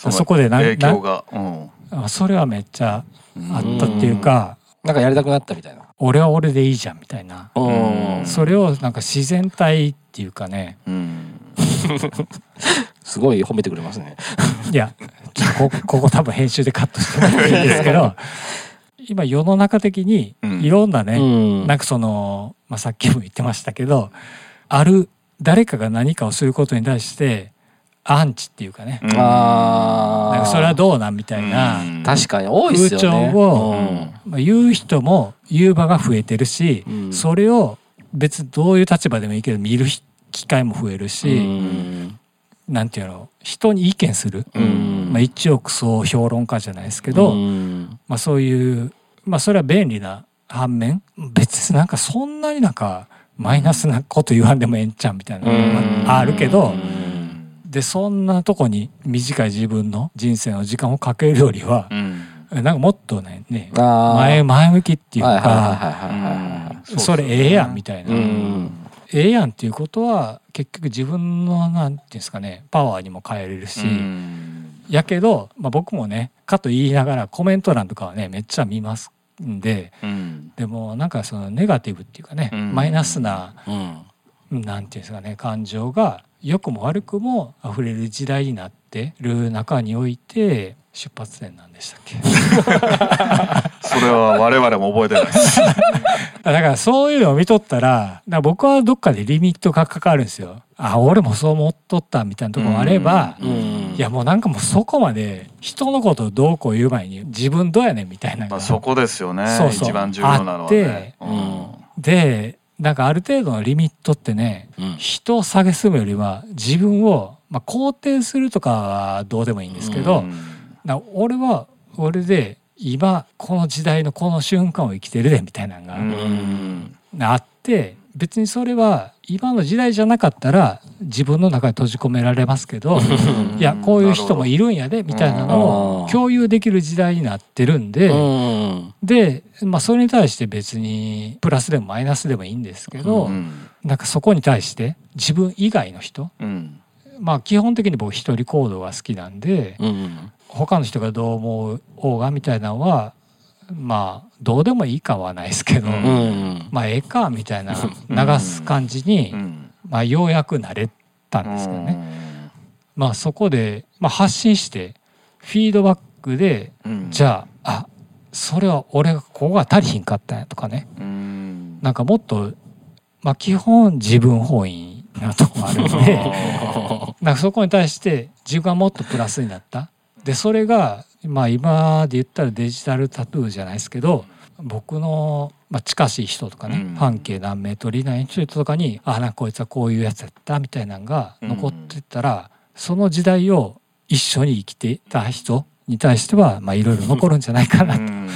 S1: の
S3: そこでな
S1: 影響がうん
S3: あそれはめっちゃあったっていうか、
S2: なんかやりたくなったみたいな。
S3: 俺は俺でいいじゃんみたいな。
S1: うん
S3: それをなんか自然体っていうかね、
S1: うん
S2: すごい褒めてくれますね。
S3: いや、ちょっとこここ多分編集でカットしてもらっていいんですけど、今世の中的に
S1: うん
S3: いろんなね、
S2: うん
S3: なんかその、まあ、さっきも言ってましたけどある誰かが何かをすることに対してアンチっていうかね、
S1: うん
S2: あー
S3: なんかそれはどうなんみたいな、
S1: うん
S2: 確かに多いっすよ
S3: 風
S2: ね。
S3: 潮をまあ、言う人も言う場が増えてるし、
S2: うん
S3: それを別にどういう立場でもいいけど見るひ機会も増え
S2: う
S3: る
S2: んう
S3: し、
S2: ん
S3: なんていうの人に意見する、
S2: うん
S3: まあ、一億総評論家じゃないですけど、
S2: うん
S3: まあ、そういう、まあ、それは便利な反面別になんかそんなになんかマイナスなこと言わんでもええんちゃうみたいなのがあるけどでそんなとこに短い自分の人生の時間をかけるよりは
S1: う、ん
S3: なんかもっとねね
S2: あー
S3: 前前向きっていうか、
S2: はいはいはいはいはいはい
S1: うん
S3: それええやんみたいな、
S2: うん
S3: ええやんっていうことは結局自分のなんていうんですかねパワーにも変えれるし、
S1: うん
S3: やけど、まあ、僕もねかと言いながらコメント欄とかはねめっちゃ見ますんで
S1: うん
S3: でもなんかそのネガティブっていうかね、
S1: うん
S3: マイナスな
S2: うん
S3: なんていうんですかね感情が良くも悪くも溢れる時代になってる中において出発点なんでしたっ け
S1: それは我々も覚えてない です。
S3: だからそういうのを見とったらだから僕はどっかでリミットがかかるんですよ。あ俺もそう思っとったみたいなとこもあれば、
S1: うん
S2: うん
S3: いやもうなんかもうそこまで人のことをどうこう言う前に自分どうやねんみたいなの
S1: ま
S3: が
S1: あそこですよね。
S3: そうそう
S1: 一番重要なのはね。うん
S3: でなんかある程度のリミットってね
S2: うん
S3: 人を蔑むよりは自分を、まあ、肯定するとかはどうでもいいんですけ
S1: う
S3: ど、
S1: ん
S3: な俺は俺で今この時代のこの瞬間を生きてるでみたいなのが、
S1: うん
S3: あって別にそれは今の時代じゃなかったら自分の中に閉じ込められますけど
S1: ん
S3: いやこういう人もいるんやでみたいなの
S2: う
S3: を
S2: ん
S3: 共有できる時代になってるんで。
S2: うん
S3: で、まあ、それに対して別にプラスでもマイナスでもいいんですけど、
S1: うん
S3: なんかそこに対して自分以外の人
S1: うん
S3: まあ基本的に僕一人行動が好きなんで、
S2: うん
S3: 他の人がどう思う方がみたいなのはまあどうでもいいかはないですけど、
S1: う
S2: うんうん
S3: まあええかみたいな
S1: うん
S3: 流す感じに、
S1: うん
S3: まあ、ようやく慣れたんですけどね、まあそこで、まあ、発信してフィードバックで
S1: うん
S3: じゃああそれは俺がここが足りひんかったんやとかね
S1: うん
S3: なんかもっと、まあ、基本自分本位なとこあるん でなんかそこに対して自分がもっとプラスになったでそれが、まあ、今で言ったらデジタルタトゥーじゃないですけど僕の、まあ、近しい人とかね、
S1: うん
S3: 半径何メートル以内の人とかに「あなんかこいつはこういうやつやった」みたいなのが残ってたら、その時代を一緒に生きてた人に対してはまあいろいろ残るんじゃないかな、
S1: うん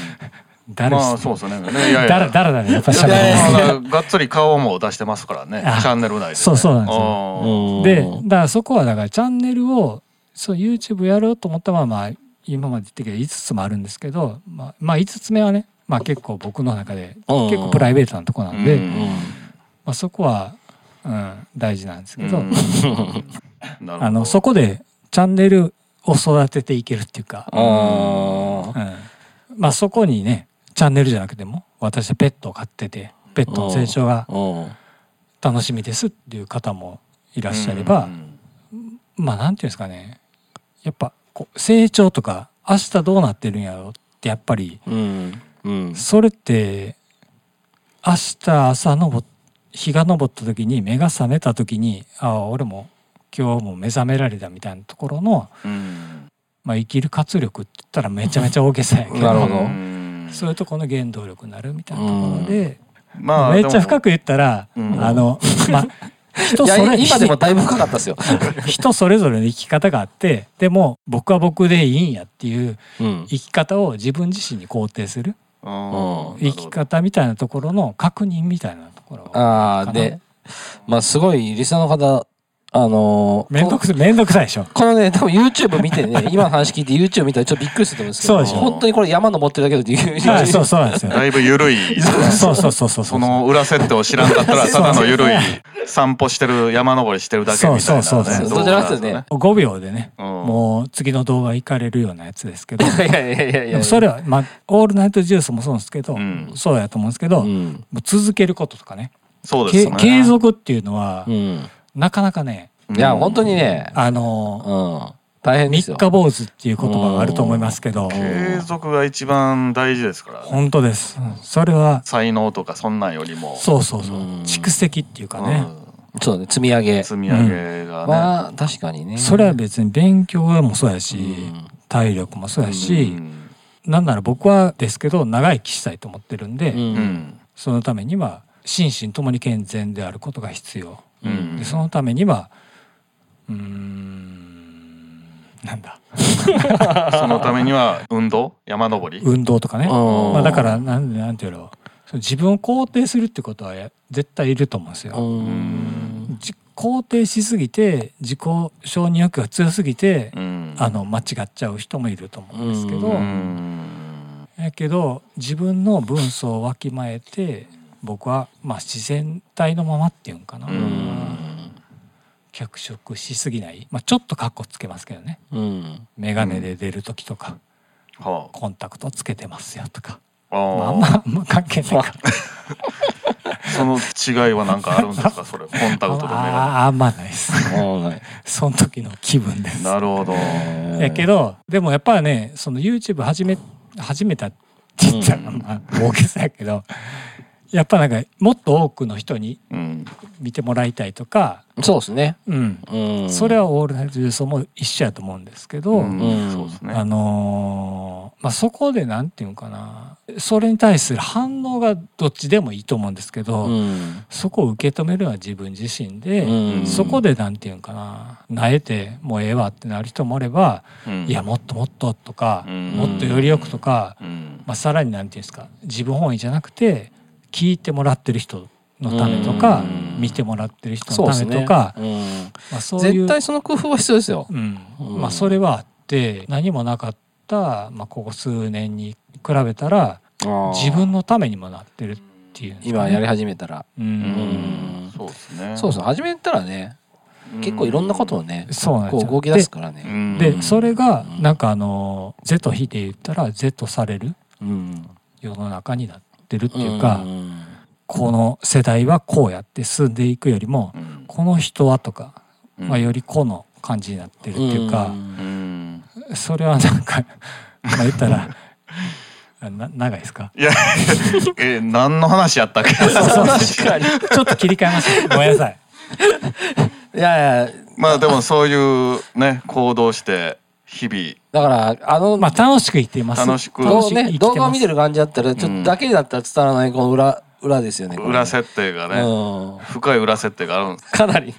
S3: だる
S1: まあ
S3: し
S1: そうですね。ねいやいや
S3: だらだらだらやっぱ
S1: い
S3: 喋
S1: や
S3: る
S1: でもまあがっつり顔も出してますからね。
S3: あ
S1: チャンネル内でね。
S3: そうそうなんですよ
S1: よ。
S3: でだからそこはだからチャンネルをそう YouTube やろうと思ったまま今まで言ってきた5つもあるんですけど、まあ、まあ5つ目はね、まあ、結構僕の中で
S2: うん
S3: 結構プライベートなとこなんで、
S1: うん
S2: うん
S3: まあ、そこは、うん、大事なんですけど、
S1: うんなるほど
S3: あのそこでチャンネルを育てていけるっていうか、
S2: あ
S3: う
S2: ー
S3: んまあ、そこにねチャンネルじゃなくても私はペットを飼っててペットの成長が
S2: うん
S3: 楽しみですっていう方もいらっしゃれば。
S1: うん
S3: まあなんていうんですかねやっぱこう成長とか明日どうなってるんやろってやっぱり
S2: うんうん
S3: それって明日朝のぼ日が昇った時に目が覚めた時にああ俺も今日も目覚められたみたいなところの、
S1: うん
S3: まあ、生きる活力って言ったらめちゃめちゃ大げさやけど
S2: なるほど
S1: うん
S3: そういうとこの原動力になるみたいなところで、
S1: まあ
S3: めっちゃ深
S1: く
S3: く言ったら、
S1: うん
S3: あのま あ人
S2: い
S3: そ
S2: や
S3: れ
S2: 今でもだいぶ深かったですよ。
S3: 人それぞれの生き方があってでも僕は僕でいいんやっていう
S2: うん
S3: 生き方を自分自身に肯定する
S1: 生
S3: 生き方みたいなところの確認みたいなところ
S2: ああでまあすごいリスナーの方あのー
S3: めんどくさいめんどくさいでしょ
S2: このね、多分 YouTube 見てね、今の話聞いて YouTube 見たらちょっとびっくりすると思うんですけ
S3: そう
S2: ど、
S3: でしょ
S2: 本当にこれ山登ってるだけで YouTube
S3: はいそうそうなんですよ
S1: だいぶ緩い
S3: そうそうそうそうそう
S1: その裏設定を知らんかったらただの緩い散歩してる山登りしてるだけみたいなね
S3: そうそうそう
S2: そ
S1: 動
S2: う
S1: 画なんですよ
S3: 5秒でね
S1: うん
S3: もう次の動画行かれるようなやつですけど
S2: いやいやいやいやい
S3: で
S2: や。
S3: もそれはまあオールナイトジュースもそうですけど
S1: うん
S3: そうやと思うんですけど
S2: う
S3: も
S2: ん。
S3: う続けることとかね
S1: そうです
S3: け
S1: ね
S3: 継続っていうのは
S2: うん。
S3: なかなかね
S2: いや、本当にね、
S3: あの
S2: うん。大変です
S3: 三
S2: よ。
S3: 日坊主っていう言葉があると思いますけど、
S1: 継続が一番大事ですから、ね、
S3: 本当です。うんそれは、
S1: 才能とかそんなんよりも
S3: そうそうそう
S2: う。ん
S3: 蓄積っていうかね。
S2: そうだね、積み上
S1: うん
S2: げ
S1: 積み上げがね、
S2: は確かにね。
S3: それは別に勉強はもうそうやし、
S2: うん
S3: 体力もそうや
S1: う
S3: し、
S1: ん
S3: なんなら僕はですけど、長生きしたいと思ってるんで、
S2: うん
S1: うん
S3: そのためには、心身ともに健全であることが必要。
S1: う
S2: うん
S1: ん
S3: でそのためにはうーんなんだ
S1: そのためには運動山登り、
S3: 運動とかね、
S2: うん
S3: まあ、だからなんなんていうのその自分を肯定するってことはや絶対いると思うんです
S2: う
S3: よ。
S2: ん
S3: じ肯定しすぎて自己承認欲が強すぎて、
S1: うん
S3: あの間違っちゃう人もいると思うんですけど、
S2: う
S1: うん
S3: やけど自分の分層をわきまえて僕はまあ自然体のままっていうんかな、
S1: うん
S3: 脚色しすぎない、まあ、ちょっとカッコつけますけどね
S2: うん
S3: 眼鏡で出る時とか、
S1: は
S3: コンタクトつけてますよとか、
S1: あ、
S3: まあ、あ
S1: あ
S3: んまあん ま関係ないから
S1: ーその違いは何かあるんですかそれコンタクトとメガ
S3: あああんまないです
S2: うんはい
S3: その時の気分
S1: ネ
S3: です
S1: なるほど
S3: やけどでもやっぱねその YouTube 始め始めたって言ったら、
S1: うん
S3: まあ大げさやけどやっぱなんかもっと多くの人に
S1: うん
S3: 見てもらいたいとか、
S2: そうですね。
S3: うん
S2: うん
S3: それはオールナイト重奏も一緒やと思うんですけど、
S1: うんそうです
S3: あ
S1: ね
S3: のーまあ、そこでなんていうんかなそれに対する反応がどっちでもいいと思うんですけど、
S2: うん
S3: そこを受け止めるのは自分自身で、
S2: うん
S3: そこでなんていうんかな萎えてもうええわってなる人もおれば、
S1: うん
S3: いやもっともっととか、
S1: うん
S3: もっとよりよくとか、
S1: うん
S3: まあ、さらになんていうんですか自分本位じゃなくて聞いてもらってる人のためとか、
S1: うん
S3: 見てもらってる人
S2: そう
S3: の
S2: で
S3: た
S2: す
S3: めと
S2: ね。
S3: か、
S2: うん
S3: まあ、そういう
S2: 絶対その工夫は必要ですよ。
S3: うん
S2: うん
S3: まあ、それはあって何もなかった、まあ、ここ数年に比べたら自分のためにもなってるっていうんですか
S2: 今
S3: ね、
S2: やり始めたら。
S3: う
S1: うんんそうですね
S2: そうそう、始めたらね、結構いろんなことをね、
S3: そうなんで
S2: こ
S3: す
S2: う
S3: よ
S2: 動き出すから
S1: う
S2: ね。
S1: ん
S3: でそれが
S2: うん
S3: なんかあの是と非で言ったら是とされる
S2: うん。
S3: 世の中になってるって
S2: うん
S3: いうか、
S2: ん
S3: この世代はこうやって進んでいくよりも
S1: うん
S3: この人はとか、
S1: うん
S3: まあ、よりこの感じになってるっていうか、
S1: うん
S3: それはなんか まあ言ったら あな長いですか
S1: いや え何の話やったっけ
S2: 確 かに。
S3: ちょっと切り替えましたごめんなさい。
S2: いやいや、
S1: まあでもそういうね行動して日々
S2: だから、あの、
S3: まあ楽しく言っています。
S1: 楽しく
S2: どう
S3: 生
S2: ね、
S3: きてま
S2: 動
S3: す
S2: 画を見てる感じだったら、ちょっとだけだったら伝わらない、この裏、裏ですよね。これね
S1: 裏設定がね
S2: うん。
S1: 深い裏設定があるんです
S2: かなり。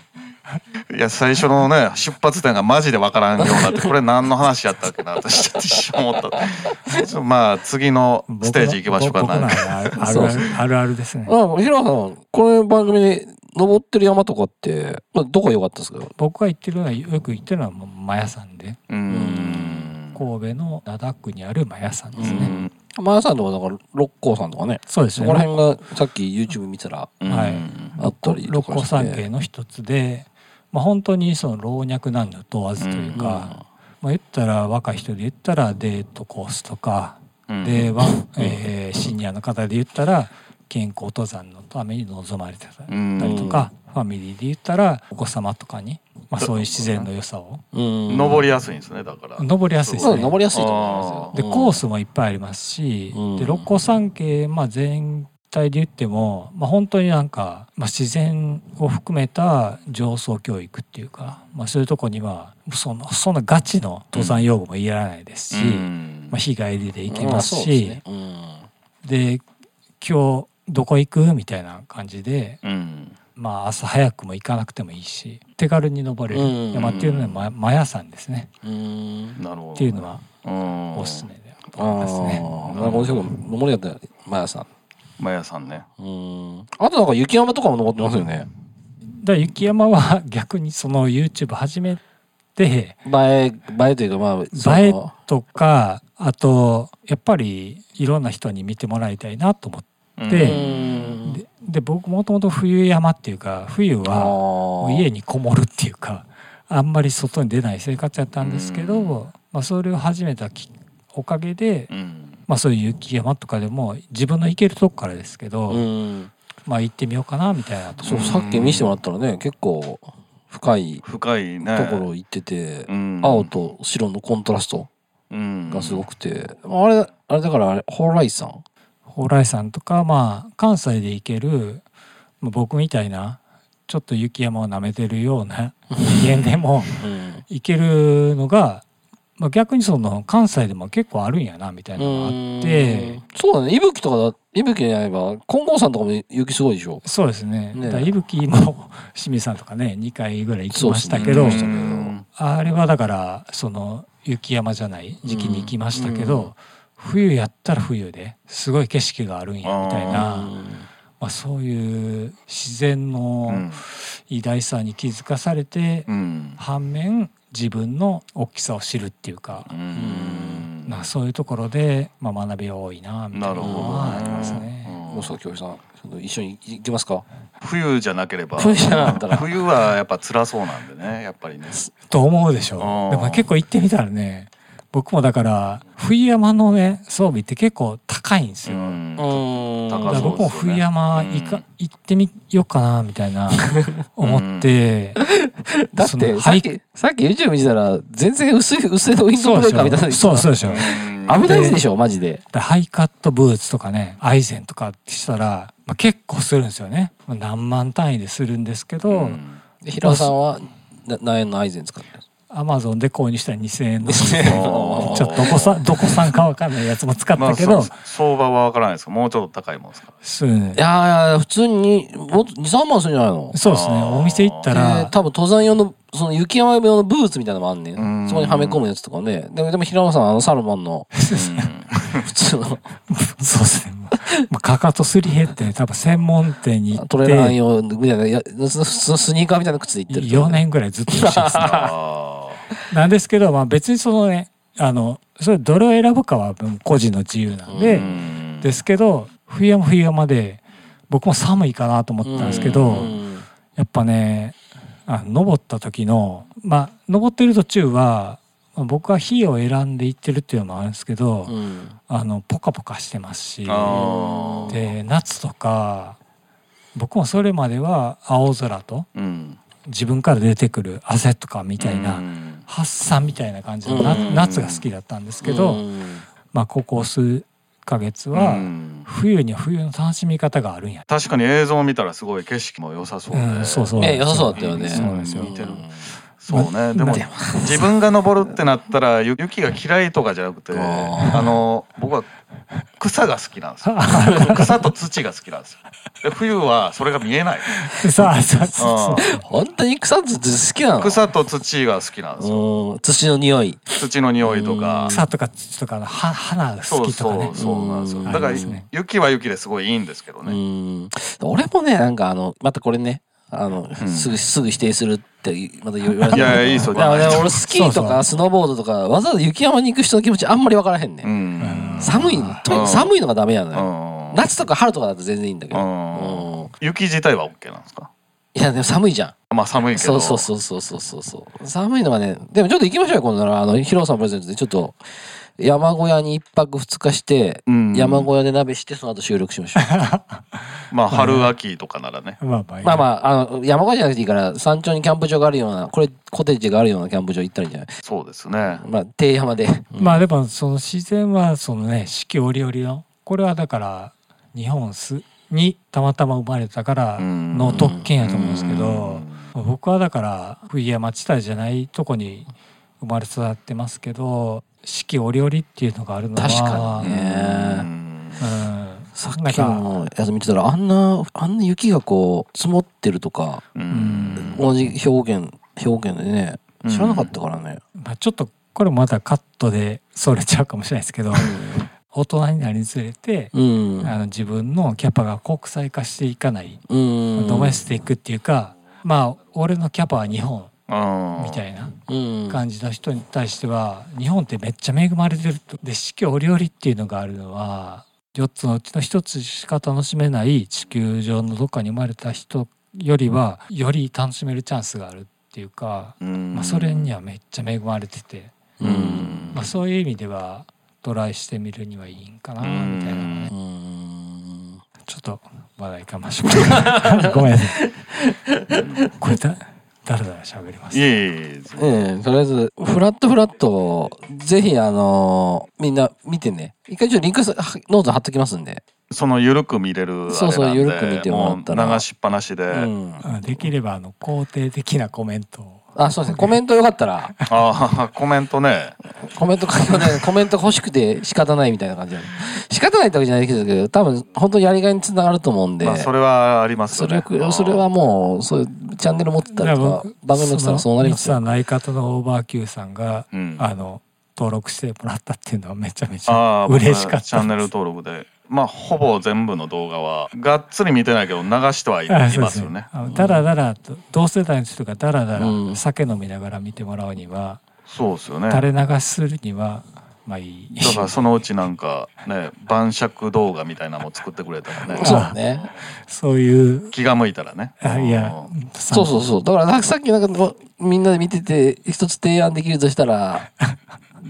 S1: いや最初のね出発点がマジでわからんようになってこれ何の話やったっけな私ちょっと一瞬思ったちょっとまあ次の
S3: 僕
S1: ステージ行きましょうか
S3: 僕
S1: なん
S3: 僕
S1: か
S3: らあるあ
S2: そう
S3: るあるあるですね。
S2: あ、ヒロさん、この番組で登ってる山とかって、まあどこが良かったですか
S3: 僕が行ってるのはよく行ってるのはもうマヤさんで
S1: うん
S3: 神戸の灘区にあるマヤさんですね。
S1: うん
S2: マヤさんとか、だから、六甲さんとかね。
S3: そうです
S2: そ
S3: ね。
S2: こら辺が、さっき YouTube 見てたら、
S1: うん
S3: はい
S2: あったりと
S3: 六
S2: か
S3: 甲
S2: して。
S3: 山系の一つで、まあ、本当にその老若男女問わずというか、まあ、言ったら若い人で言ったらデートコースとか、
S1: うん
S3: では、えーシニアの方で言ったら健康登山のために望まれてた
S1: う
S3: り
S1: ん
S3: とか、ファミリーで言ったらお子様とかに、まあ、そういう自然の良さを
S2: うん。
S1: 登りやすいんですねだから
S3: 登りやすいです
S2: そう
S3: ね。
S2: 登りやすいと思います
S3: で
S2: よ。
S3: コースもいっぱいありますし、
S2: うん
S3: で六甲山系、まあ、全体で言っても、まあ、本当になんか、まあ、自然を含めた上層教育っていうか、まあ、そういうとこにはそのそんなガチの登山用具もいらないですし、
S1: うん
S3: まあ、日帰りで行け
S2: うん
S3: ます
S2: そうです
S3: し
S2: ね、うん
S3: で今日どこ行くみたいな感じで、
S1: うん
S3: まあ、朝早くも行かなくてもいいし手軽に登れ
S2: うん
S3: る山っていうのは、まマヤ山ですね
S2: うん。
S1: なるほど
S3: っていうのは
S1: うん
S3: おすすめで
S2: ああ
S3: ますね
S2: ー、なんかこの人も登りだったら、マヤさん。
S1: マヤさんね
S2: うん。あとなんか雪山とかも登ってますよね。
S3: だから雪山は 逆にその YouTube 始めて
S2: 映え、映えというか、まあ、映
S3: 映えとかあとやっぱりいろんな人に見てもらいたいなと思って
S2: うん
S3: ってでで僕もともと冬山っていうか冬は
S2: あ
S3: 家にこもるっていうかあんまり外に出ない生活やったんですけど、
S1: う
S3: まあ、それを始めたきおかげで、
S1: うん
S3: まあ、そういう雪山とかでも自分の行けるとこからですけど、
S2: うん。
S3: まあ行ってみようかなみたいなとこ
S2: そう、さっき見せてもらったらね、結構、深い
S1: 深いね
S2: ところ行ってて、
S1: うん
S2: 青と白のコントラストがすごくて、まああれあれだからあれ蓬莱さん
S3: 蓬莱山とか、まあ、関西で行けるまあ僕みたいなちょっと雪山を舐めてるよ うな人間でも
S2: うん
S3: 行けるのが、まあ、逆にその関西でも結構あるんやなみたいなのがあって
S2: そうだね伊吹とかだ伊吹にあれば金剛山とかも雪すごいでしょ
S3: そうですね
S2: ね
S3: だから伊吹も清水さんとかね2回ぐらい行きましたけど、
S2: そうですね
S1: うん
S3: あれはだからその雪山じゃない時期に行きましたけど、
S2: うん
S3: 冬やったら冬ですごい景色があるんやみたいな、
S2: うん
S3: まあ、そういう自然の、
S1: うん
S3: 偉大さに気づかされて、
S1: うん
S3: 反面自分の大きさを知るっていうか
S1: う、ん
S3: まあそういうところで、まあ、学びは多いなみた
S1: ない
S3: な
S1: るほ
S3: の
S1: ど
S3: はあ
S1: ね
S3: りますね。
S1: うん
S2: 大阪教授さんその一緒に行きますか
S1: 冬じゃなければ
S2: 冬じゃなかったら
S1: 冬はやっぱ辛そうなんでねやっぱりね
S3: と思うでしょう。
S1: あー
S3: でも結構行ってみたらね僕もだから冬山のね装備って結構高いんですよ。
S1: うん
S2: だ
S3: だ
S1: 高
S3: から
S1: そう
S3: 僕も冬山行か、
S1: うん
S3: 行ってみようかなみたいな思って、
S2: だっ
S3: その
S2: てさっ
S3: は
S2: きさっき YouTube 見てたら全然薄い薄いのウィンド
S3: そう
S2: ブ
S3: で
S2: レー
S3: し
S2: カーみたいな
S3: ょ
S2: の
S3: そうそうでしょ。
S1: うん
S2: 危ないでしょマジで
S3: でハイカットブーツとかねアイゼンとかしたら、まあ、結構するんですよね、まあ、何万単位でするんですけ
S1: う
S3: ど、
S1: ん
S2: で平尾さんはな何円のアイゼン使ってる
S3: アマゾンで購入したら2,000円の
S2: 2000
S1: あ
S2: 円
S3: ち
S1: ー
S3: ょっとどこさどこさんかわかんないやつも使っ
S1: ま
S3: た
S1: あ
S3: けど、
S1: そう相場は分からないですけどもうちょっと高いもんです か
S3: そうね
S2: いやいや普通にもっと23万するんじゃないの
S3: そうですね
S1: あー
S3: お店行った
S2: で
S3: ら
S2: 多分登山用のその雪山用のブーツみたいなのもあんね
S1: うん
S2: んそこにはめ込むやつとかねでもでも平尾さんあのサルマンの普通の
S3: そうですね、まあ、かかとすり減って多分専門店に行っ
S2: トレーナー
S3: て
S2: 用みたいなや普通のスニーカーみたいな靴で行ってる
S3: 4年ぐらいずっと一緒ですね
S1: あ
S3: なんですけど、まあ、別にそのねあのそれどれを選ぶかはもう個人の自由なんで。
S1: ー うん
S3: ですけど冬山冬山で僕も寒いかなと思ったんですけど、
S2: うん
S3: やっぱねあ登った時のまあ登ってる途中はまあ僕は火を選んでいってるっていうのもあるんですけど、
S2: うん
S3: あのポカポカしてますし
S1: あー
S3: で夏とか僕もそれまでは青空と
S1: うん
S3: 自分から出てくる汗とかみたいな、
S1: うん
S3: 発散みたいな感じのな
S2: うん
S3: 夏が好きだったんですけど、
S2: うん
S3: まあここ数ヶ月
S1: う
S3: は。
S1: ん
S3: 冬には冬の楽しみ方があるんや
S1: 確かに映像を見たらすごい景色も良さそうで、
S3: うん、そうそう。
S2: ね良さそうだ ったよね
S3: そうなんですよ
S1: う。んそ
S3: ま
S1: うねでも
S3: でも
S1: 自分が登るってなったらゆ雪が嫌いとかじゃなくて
S2: あ
S1: あの僕は草が好きなんですよ草と土が好きなんですよで冬はそれが見えない、
S3: さあ、さあ、さ
S1: う、
S2: 本当に草津好きなんの
S1: 草と土が好きなんですよ
S2: うん土の匂い
S1: 土の匂いと
S2: う
S1: か
S3: あ、
S2: ん
S3: 草とか土とかのは花が
S1: そ
S3: 好
S1: う
S3: きとか
S1: そ
S3: ね
S1: う。そうなんですよ
S2: うん
S1: だか
S3: あ
S1: ら
S3: りますね
S1: 雪は雪ですごいいいんですけど
S2: う
S1: ね
S2: ん俺もねなんかあのまたこれねあの、
S1: うん
S2: すぐすぐ否定するってまた言われた
S1: いやいやいいですよ
S2: だからね
S1: でも
S2: 俺スキーとかスノーボードとかわざわざ雪山に行く人の気持ちあんまり分からへんね、
S1: うんん
S3: うん
S2: 寒いとにかく寒いのがダメやの
S1: う
S2: よ、
S1: ん
S2: 夏とか春とかだと全然いいんだけど、
S1: うん
S2: うん
S1: 雪自体は OK なんですか
S2: いやでも寒いじゃん
S1: まあ寒いけ
S2: そ
S1: ど
S2: うそうそうそうそうそうそう寒いのがねでもちょっと行きましょうよ今度ならあのヒロさんプレゼントでちょっと山小屋に一泊二日して、
S1: うん
S2: 山小屋で鍋してその後収録しましょう
S1: まあ春秋とかならね
S3: まあまあ、
S2: まあまあ、あの、山小屋じゃなくていいから、山頂にキャンプ場があるような、これ、コテージがあるようなキャンプ場行ったらいいんじゃない
S1: そうですね
S2: まあ、低山で。
S3: まあでも、その自然は、そのね、四季折々の、これはだから、日本すにたまたま生まれたから、
S1: うん
S3: の特権やと思うんですけど
S1: うん、
S3: 僕はだから、冬山地帯じゃないとこに生まれ育ってますけど、四季折々っていうのがあるの は、
S2: 確かに
S1: う
S2: ね。
S1: ん
S3: うん。
S2: さ
S3: な
S2: っ
S3: ん
S2: き
S3: か
S2: のやつ見てたら、あんな、あんな雪がこう、積もってるとか、
S1: う
S3: うんん
S2: 同じ兵庫県、兵庫県でね、
S1: うん
S2: 知らなかったからね。
S3: まあ、ちょっとこれもまたカットでそれちゃうかもしれないですけど大人になりにつれて、
S2: うん。
S3: あの自分のキャパが国際化していかない、
S2: うん。
S3: ドメスティックっていうかまあ俺のキャパは日本
S1: あー
S3: みたいな
S2: うん。
S3: 感じの人に対しては、日本ってめっちゃ恵まれてるとで四季折々っていうのがあるのは4つのうちの1つしか楽しめない地球上のどっかに生まれた人よりはより楽しめるチャンスがあるっていうか、
S1: うん
S3: まあ、それにはめっちゃ恵まれてて。
S2: うん。
S3: まあ、そういう意味ではトライしてみるにはいいんかなみたいなのね
S2: うん
S3: ちょっと話題かましましたごめんなさいこれだだらだら喋りま
S1: いえ
S3: す。
S1: いえいえ
S2: ええとりあえず、フラットフラット、ぜひ、あのみんな見てね。一回ちょっとリンクさはノート貼っときますんで。
S1: その緩く見れるあれなんで
S2: そうそう緩く見てもらったら
S1: う流しっぱなしで、
S2: うん。
S3: あできればあの肯定的なコメントを
S2: あ、そうです ね。コメントよかったら、
S1: ああコメントね
S2: コメント書きませんコメント欲しくて仕方ないみたいな感じなの仕方ないってわけじゃないけど、多分、本当にやりがいにつながると思うんで。
S1: まあそれはあります
S2: そ
S1: よ
S2: れ
S1: ね
S2: はそれはもうそういうチャンネル持ってたりとか番組の人はそうなります
S3: その
S2: よ
S3: ミツさんの相方のオーバー Q さんが、
S1: うん
S3: あの登録してもらったっていうのはめちゃめち
S1: あ
S3: ゃ
S1: あ 僕
S3: 嬉しかったです。
S1: チャンネル登録でまあほぼ全部の動画はがっつり見てないけど流してはいい
S3: あそうで
S1: ますよね
S3: あのだらだらと同世代の人がだらだ
S2: う
S3: ら
S2: ん
S3: 酒飲みながら見てもらうには、
S1: そうですよね
S3: 垂れ流しするにはまあいい。
S1: だからそのうちなんかね晩酌動画みたいなのも作ってくれたらね
S2: そうね
S3: そういう
S1: 気が向いたらね
S3: あいや
S1: うん
S2: そうそうそうだからなんかさっきなんかもうみんなで見てて一つ提案できるとしたら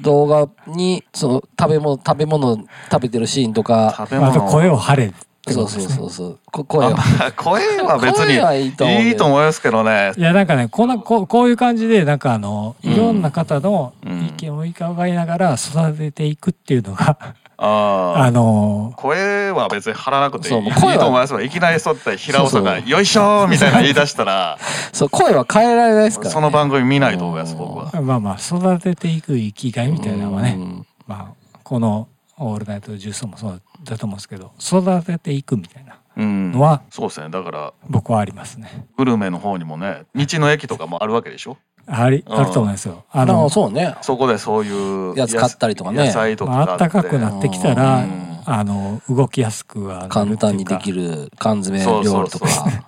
S2: 動画にその食べ物食べ物食べてるシーンとか
S1: 食べ
S3: あと
S1: 物
S3: 声を張れって
S2: そ
S3: こ
S2: う
S3: と
S2: そ
S3: で
S2: う
S3: すね
S2: そうそうこ声を
S1: あまあ 声は別に
S2: 声はいいと思うんだよ
S1: いいと思いますけどね
S3: いやなんかねこんなこうこういう感じでなんかあのいろんな方の
S1: うん
S3: 意見を伺いながら育てていくっていうのが、あ
S1: ああ
S3: の
S1: 声は別に張らなくてい
S2: そ
S1: いうい
S2: もう
S1: い
S2: 声はい
S1: と思いますよいきなりそうって平尾さんが
S2: そ
S1: 「
S2: う
S1: よいしょ!」みたいな言い出したら
S2: そう声は変えられないですから、ね、
S1: その番組見ないと思います僕は。
S3: まあまあ育てていく生きがいみたいなのはね、
S2: うん
S3: まあこの「オールナイトジュース」もそうだと思うんですけど育てていくみたいな
S1: うん
S3: のは
S1: そうですねだから
S3: 僕はありますね。
S1: グルメの方にもね道の駅とかもあるわけでしょ
S3: あり
S1: うん
S3: あると思うんですよ。あ
S2: あ
S3: の
S2: のそうね
S1: そこでそういう
S2: やつ買ったりとかね
S1: 野菜とか
S3: まああったかくな
S1: て
S3: ってきたら、
S1: うん
S3: あの動きやすくはなるってい
S2: 簡
S3: うか
S2: 単にできる缶詰料理とか
S1: そうそうそ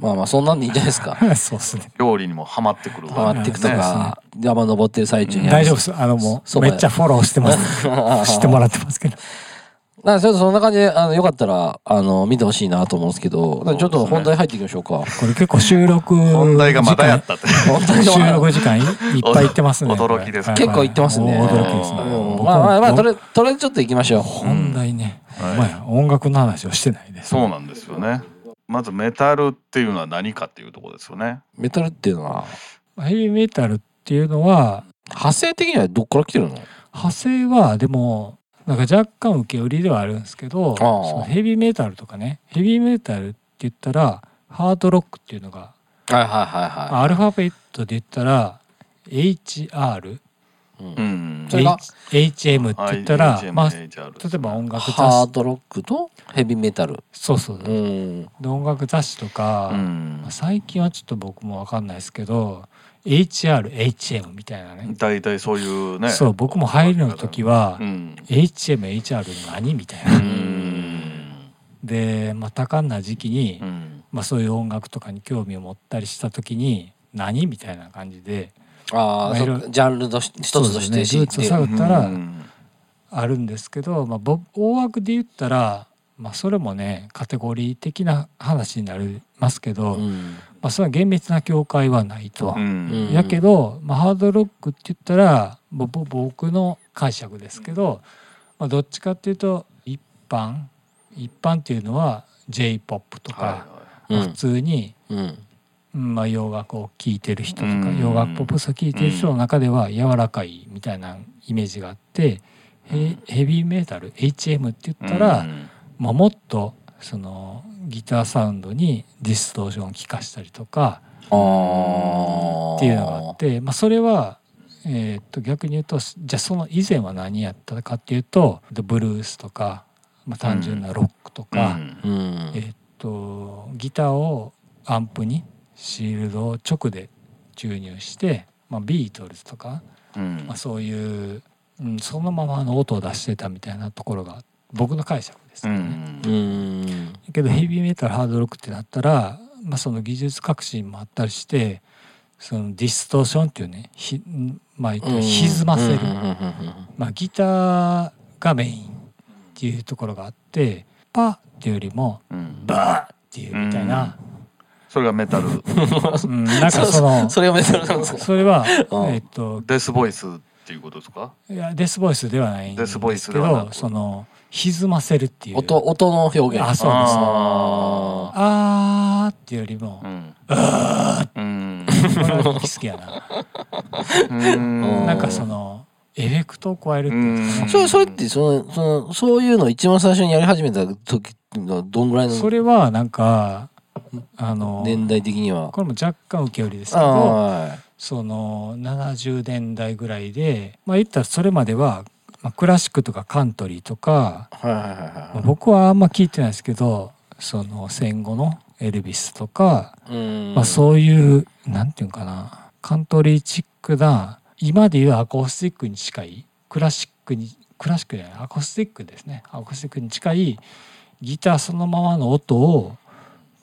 S2: まあまあそんなんでいいんじゃないです か
S3: そうですね。
S1: 料理にもハマってくる
S2: ハマっていくとか、山登ってる最中にやる
S3: 大丈夫です。あのも
S2: そうば
S3: め
S2: や
S3: っちゃフォローしてます。知ってもらってますけど。
S2: なんかちょっとそんな感じで、あの、よかったら、あの、見てほしいなと思うんですけど、ちょっと本題入っていきましょうか。
S3: これ結構収録
S1: 本題がまたやったって
S2: 本
S3: 時間
S2: 題
S3: 収
S2: の
S3: 録時間いいっぱい行ってますね。
S1: 驚
S3: これ
S1: きです
S3: は
S2: 結構行ってますね
S3: もう驚きですね。
S1: うん
S3: 僕
S2: まあまあまあ、とりあ
S3: も
S2: えず、とりあえずちょっと行きましょう。
S3: 本題ね。
S1: うん
S3: まあ音楽の話をしてないです。
S1: そうなんですよねまずメタルっていうのは何かっていうところですよね
S2: メタルっていうのは、
S3: ヘビーメタルっていうのは
S2: 派生的にはどっから来てるの
S3: 派生はでもなんか若干受け売りではあるんですけど、そのヘビーメタルとかね、ヘビーメタルって言ったらハードロックっていうのが
S2: はいはいはい
S3: アルファベットで言ったら HR、
S2: い。うん
S1: うん
S2: それが
S3: H、HM って言ったら、まあ、例
S1: IHMHR
S3: えば音楽
S2: ハー
S3: 雑誌
S2: ドロックとヘビーメタル。
S3: そうそう、
S2: うん。
S3: で音楽雑誌とか、
S1: うん
S3: まあ最近はちょっと僕も分かんないですけど HRHM みたいなね
S1: 大体そういうね
S3: そう僕も入るの時は、
S1: うん、
S3: HMHR 何みたいうな、
S1: ん
S3: で、まあ、多感な時期に、
S1: うん
S3: まあ、そういう音楽とかに興味を持ったりした時に何みたいな感じで
S2: ああ、
S3: まあ
S2: そ
S3: いろ
S2: う
S3: いろ
S2: かジャンルとし一つとし
S3: そう
S2: て
S3: です
S2: 知
S3: ね
S2: っ
S3: ルーツ
S2: て
S3: を
S2: る。
S3: 探ったら、
S1: うん
S3: あるんですけど、まあ、ぼ大枠で言ったら、まあ、それもねカテゴリー的な話になりますけど、
S2: う
S3: ま
S2: ん。
S3: あ、それは厳密な境界はないと
S1: う。ん
S2: うん
S3: やけど、まあ、ハードロックって言ったら、ぼぼ僕の解釈ですけど、まあ、どっちかっていうと一般一般っていうのは j p o p と
S1: はい
S3: か、
S1: は
S2: う
S3: 普
S2: ん。
S3: 通に、
S2: うん。
S3: うんまあ、洋楽を聴いてる人とか、
S1: うん
S3: 洋楽ポップスを聴いてる人の中では柔らかいみたいなイメージがあって、へヘビーメタル HM って
S1: い
S3: 言ったら、
S1: うん
S3: まあ、もっとそのギターサウンドにディストーションを効かしたりとか
S2: ああ。
S3: っていうのがあって、まあ、それは、えーっと逆に言うとじゃあその以前は何やったかっていうとブルースとか、まあ、単純なロックとか、
S1: うん
S2: うん
S3: え。ーっとギターをアンプにシールドを直で注入して、まあ、ビートルズとか、
S1: うん
S3: まあ、そういう、うん、そのままの音を出してたみたいなところが僕の解釈です
S1: う
S3: けどね。
S1: ん
S2: うん。
S3: けどヘビーメタルハードロックってなったら、まあ、その技術革新もあったりしてそのディストーションっていうねひんまあ言ったら歪ませる、
S2: うんうんうんうん
S3: まあ、ギターがメインっていうところがあってパーっていうよりも
S1: うん
S3: バーっていうみたいな、
S1: それがメタル
S3: うんなんかその
S2: それ がメタルなんですか
S3: それは
S2: うん
S3: えっと
S1: デスボイスっていうことですか
S3: いやデスボイスではないんで
S1: デスボイス
S3: すけ
S1: ではな
S3: ど
S1: く
S3: その歪ませるっていう
S2: 音、音の表現。
S3: あそうです
S1: あ
S3: あーっていうよりも、
S1: ーうんうん
S3: 好きやな。
S1: うん
S3: なんかそのエフェクトを加えるっていう
S1: うん
S2: それそれってそのそのそういうのを一番最初にやり始めた時のどんぐらい
S3: そ
S2: の
S3: れはなんかあの
S2: 年代的には
S3: これも若干受け売りですけど
S2: あ
S3: その70年代ぐらいでまあ言ったらそれまでは、まあ、クラシックとかカントリーとか、
S2: あはいはいはい
S3: まあ
S2: は
S3: 僕はあんま聞いてないですけどその戦後のエルビスとか、
S2: いうん
S3: まあ、そういうなんていうのかなカントリーチックな今でいうアコースティックに近いクラシックにクラシックじゃないアコースティックですねアコースティックに近いギターそのままの音を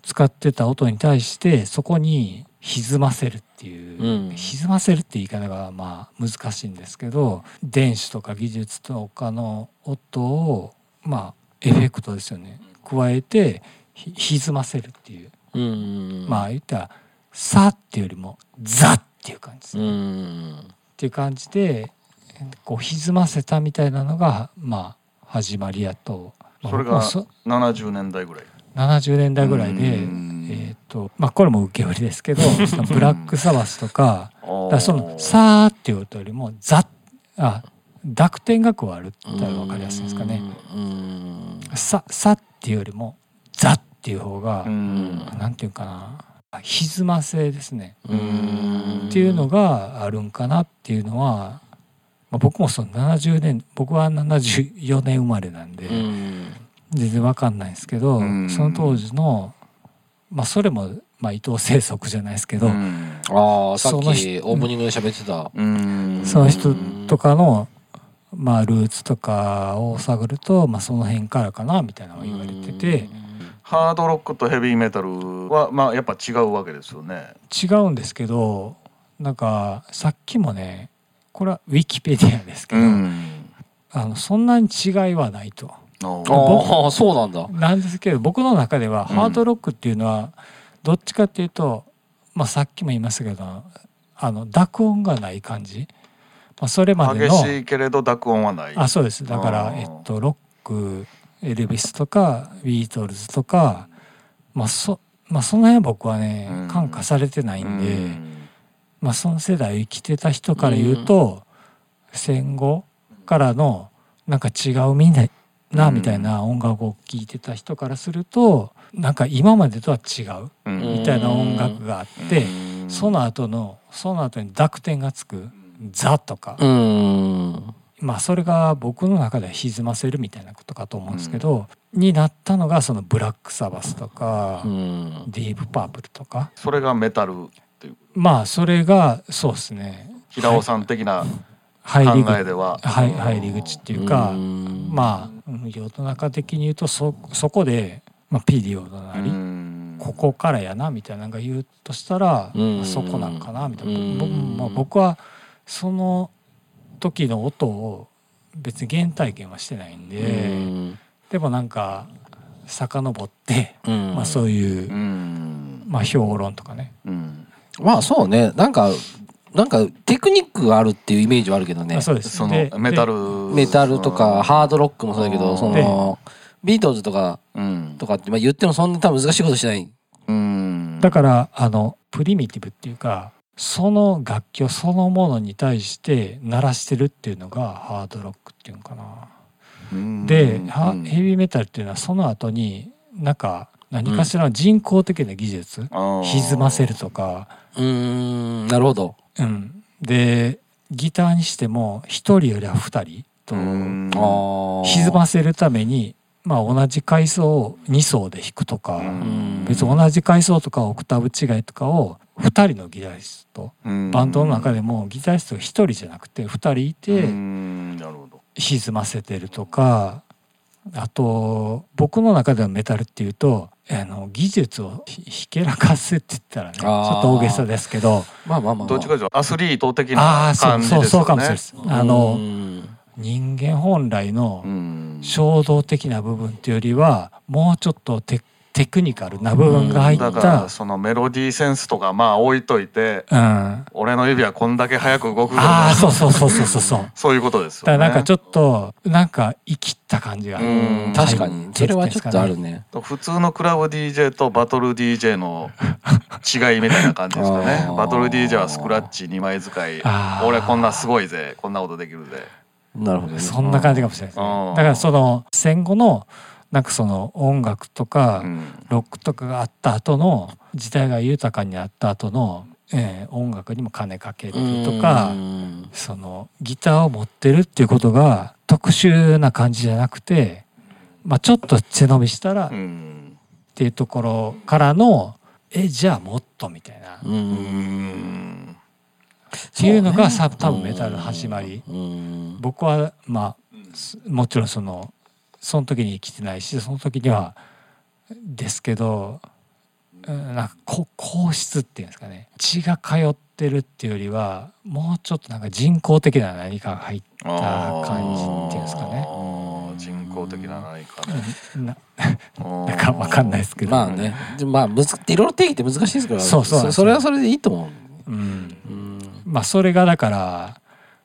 S3: 使ってた音に対してそこに歪ませるっていう、
S2: うん
S3: 歪ませるって言い方がまあ難しいんですけど電子とか技術とかの音をまあエフェクトですよね加えてひ歪ませるっていう
S2: うん
S3: まあ言ったら「さ」っていうよりも「ザ」っていう感じです、
S2: う
S3: っ
S2: ん
S3: ていう感じでこう歪ませたみたいなのがまあ始まりやと、まあ
S1: それが
S3: 僕はそ
S1: 70年代ぐらい。
S3: 70年代ぐらいで、
S1: うん
S3: えっとまあこれも受け売りですけどそのブラックサバスとか
S1: あ
S3: だ
S1: ー
S3: からその「さ」っていう音よりも「ザ」あ濁点が加わるって言ったら分かりやすいですかね
S2: うん
S3: 「さ」さっていうよりも「ザ」っていう方が、
S1: うん
S3: なんていうかな歪ませですね
S2: うん
S3: っていうのがあるんかなっていうのは、まあ、僕もその70年僕は74年生まれなんで、
S2: うん
S3: 全然わかんないんですけど、
S1: うん
S3: その当時の、まあ、それも、まあ、伊藤清則じゃないですけど、
S1: うん
S2: ああさっきオ
S3: その人
S2: ープニングで喋ってた
S1: うん
S3: その人とかの、まあ、ルーツとかを探ると、まあ、その辺からかなみたいなのが言われてて
S1: ハードロックとヘビーメタルはまあやっぱ違うわけですよね。
S3: 違うんですけどなんかさっきもねこれはウィキペディアですけど、
S1: うん。
S3: あのそんなに違いはないと。
S1: おー
S2: ああそうなんだ
S3: なんですけど僕の中では
S1: うん
S3: ハードロックっていうのはどっちかっていうと、まあ、さっきも言いましたけどあの濁音がない感じ、まあ、それま
S1: 激
S3: での
S1: しいけれど濁音はない。
S3: あそうですだか
S1: あ
S3: ら、
S1: ー
S3: えっと、ロックエルビスとかビートルズとか、まあそまあ、その辺は僕はね
S1: うん
S3: 感化されてない
S1: うん
S3: で、
S1: ん
S3: まあ、その世代を生きてた人から言うと、戦後からのなんか違うみんなな
S1: うん
S3: みたいな音楽を聴いてた人からするとなんか今までとは違う
S1: うん
S3: みたいな音楽があって、その後のその後に濁点がつく「ザ」とか、
S2: うん
S3: まあそれが僕の中では歪ませるみたいなことかと思うんですけど、になったのがその「ブラックサバス」とか、
S2: うん
S3: ディープパープル」とか
S1: それがメタルっていう
S3: まあそれがそうですね
S1: 平尾さん的な
S3: 入
S1: 考
S3: り口
S1: えでは、
S3: はい、入り口っていうか、
S2: うん
S3: まあうん世の中的に言うとそそこで、まあ、ピリオドなり、
S1: うん
S3: ここからやなみたいなのが言うとしたら、
S2: うん
S3: まあそこなんかなみたい
S2: う
S3: な、
S2: ん
S3: 僕まあ、僕はその時の音を別に原体験はしてないんで、でもなんか遡って、
S2: うん
S3: まあ、そういう、
S1: うん
S3: まあ、評論とかね
S1: うん
S2: まあそうねなんかなんかテクニックがあるっていうイメージはあるけどね
S3: あそうです
S1: そ
S3: で
S1: のメタル
S2: メタルとかハードロックもそうだけ
S1: う
S2: ど
S1: ん
S2: そのビートルズとか
S1: うん
S2: とかって、まあ、言ってもそんな多分難しいことしない
S1: うん
S3: だからあのプリミティブっていうかその楽器をそのものに対して鳴らしてるっていうのがハードロックっていうのかな。
S1: うん
S3: で、
S1: うん
S3: はヘビーメタルっていうのはその後になんか何かしらの人工的な技術、
S1: あー
S3: 歪ませるとか、
S2: うーんなるほど
S3: うん、でギターにしても一人よりは二人と
S1: うん
S2: ああ
S3: 歪ませるために、まあ、同じ階層を2層で弾くとか、
S1: うん
S3: 別に同じ階層とかオクターブ違いとかを2人のギタリスト
S1: うん
S3: バンドの中でもギタリストが1人じゃなくて2人いうて
S1: んなるほど
S3: 歪ませてるとかあと僕の中でのメタルっていうとあの技術をひひけらかすって言ったらねち
S2: あー
S3: ょっと大げさですけど
S2: まあまあまあ、まあ、
S1: どっちかというとアスリート的
S3: あ
S1: な
S3: あそ
S1: 感
S3: う
S1: じ
S3: そう
S1: です
S3: そう
S1: よ
S3: かもしれな
S1: ね
S3: いです。あの
S2: うん
S3: 人間本来の
S1: うん
S3: 衝動的な部分っていうよりはもうちょっとテテクニカルな部分が入っ
S1: だか
S3: た
S1: ら、そのメロディーセンスとかまあ置いといて
S3: うん、あ
S1: 俺の指はこんだけ早く動くと
S3: あ
S1: か
S3: ーそうそうそうそうそうそう。
S1: そういうことです
S3: だか
S1: よ
S3: ら
S1: ね。
S3: なんかちょっとなんか生きった感じが、
S1: うん
S2: 確かにそれはちょっとあるね
S1: 普通のクラブ DJ とバトル DJ の違いみたいな感じですか
S2: あ
S1: ね
S2: ー
S1: バトル DJ はスクラッチ2枚使い
S3: あー
S1: 俺こんなすごいぜこんなことできるぜ
S2: なるほどね
S3: そんな感じかもしれないですね
S1: うん
S3: だからその戦後のなんかその音楽とか
S1: うん
S3: ロックとかがあった後の時代が豊かになった後の、えー音楽にも金かけるとか
S2: うん
S3: そのギターを持ってるっていうことが特殊な感じじゃなくて、まあ、ちょっと背伸びしたらっ
S1: うん
S3: ていうところからのえじゃあもっとみたいな
S2: う
S1: うんん
S3: っていうのが
S2: そう
S3: さ
S2: ね
S3: 多分メタルの始まり
S2: うん
S3: 僕はまあすもちろんそのその時に来てないしその時にはですけどうんなんかこ皇室っていうんですかね血が通ってるっていうよりはもうちょっとなんか人工的な何かが入っ
S1: あー
S3: 感じっていうんですか
S1: あ
S3: ね
S1: ー人工的な何かね
S3: な
S1: な
S3: なんかわかんないですけど、
S2: まあねでまあむずいろいろ定義って難しいですから
S3: そうそうなんですよ
S2: それはそれでいいと思
S3: うん、
S2: ううん
S3: まあそれがだから、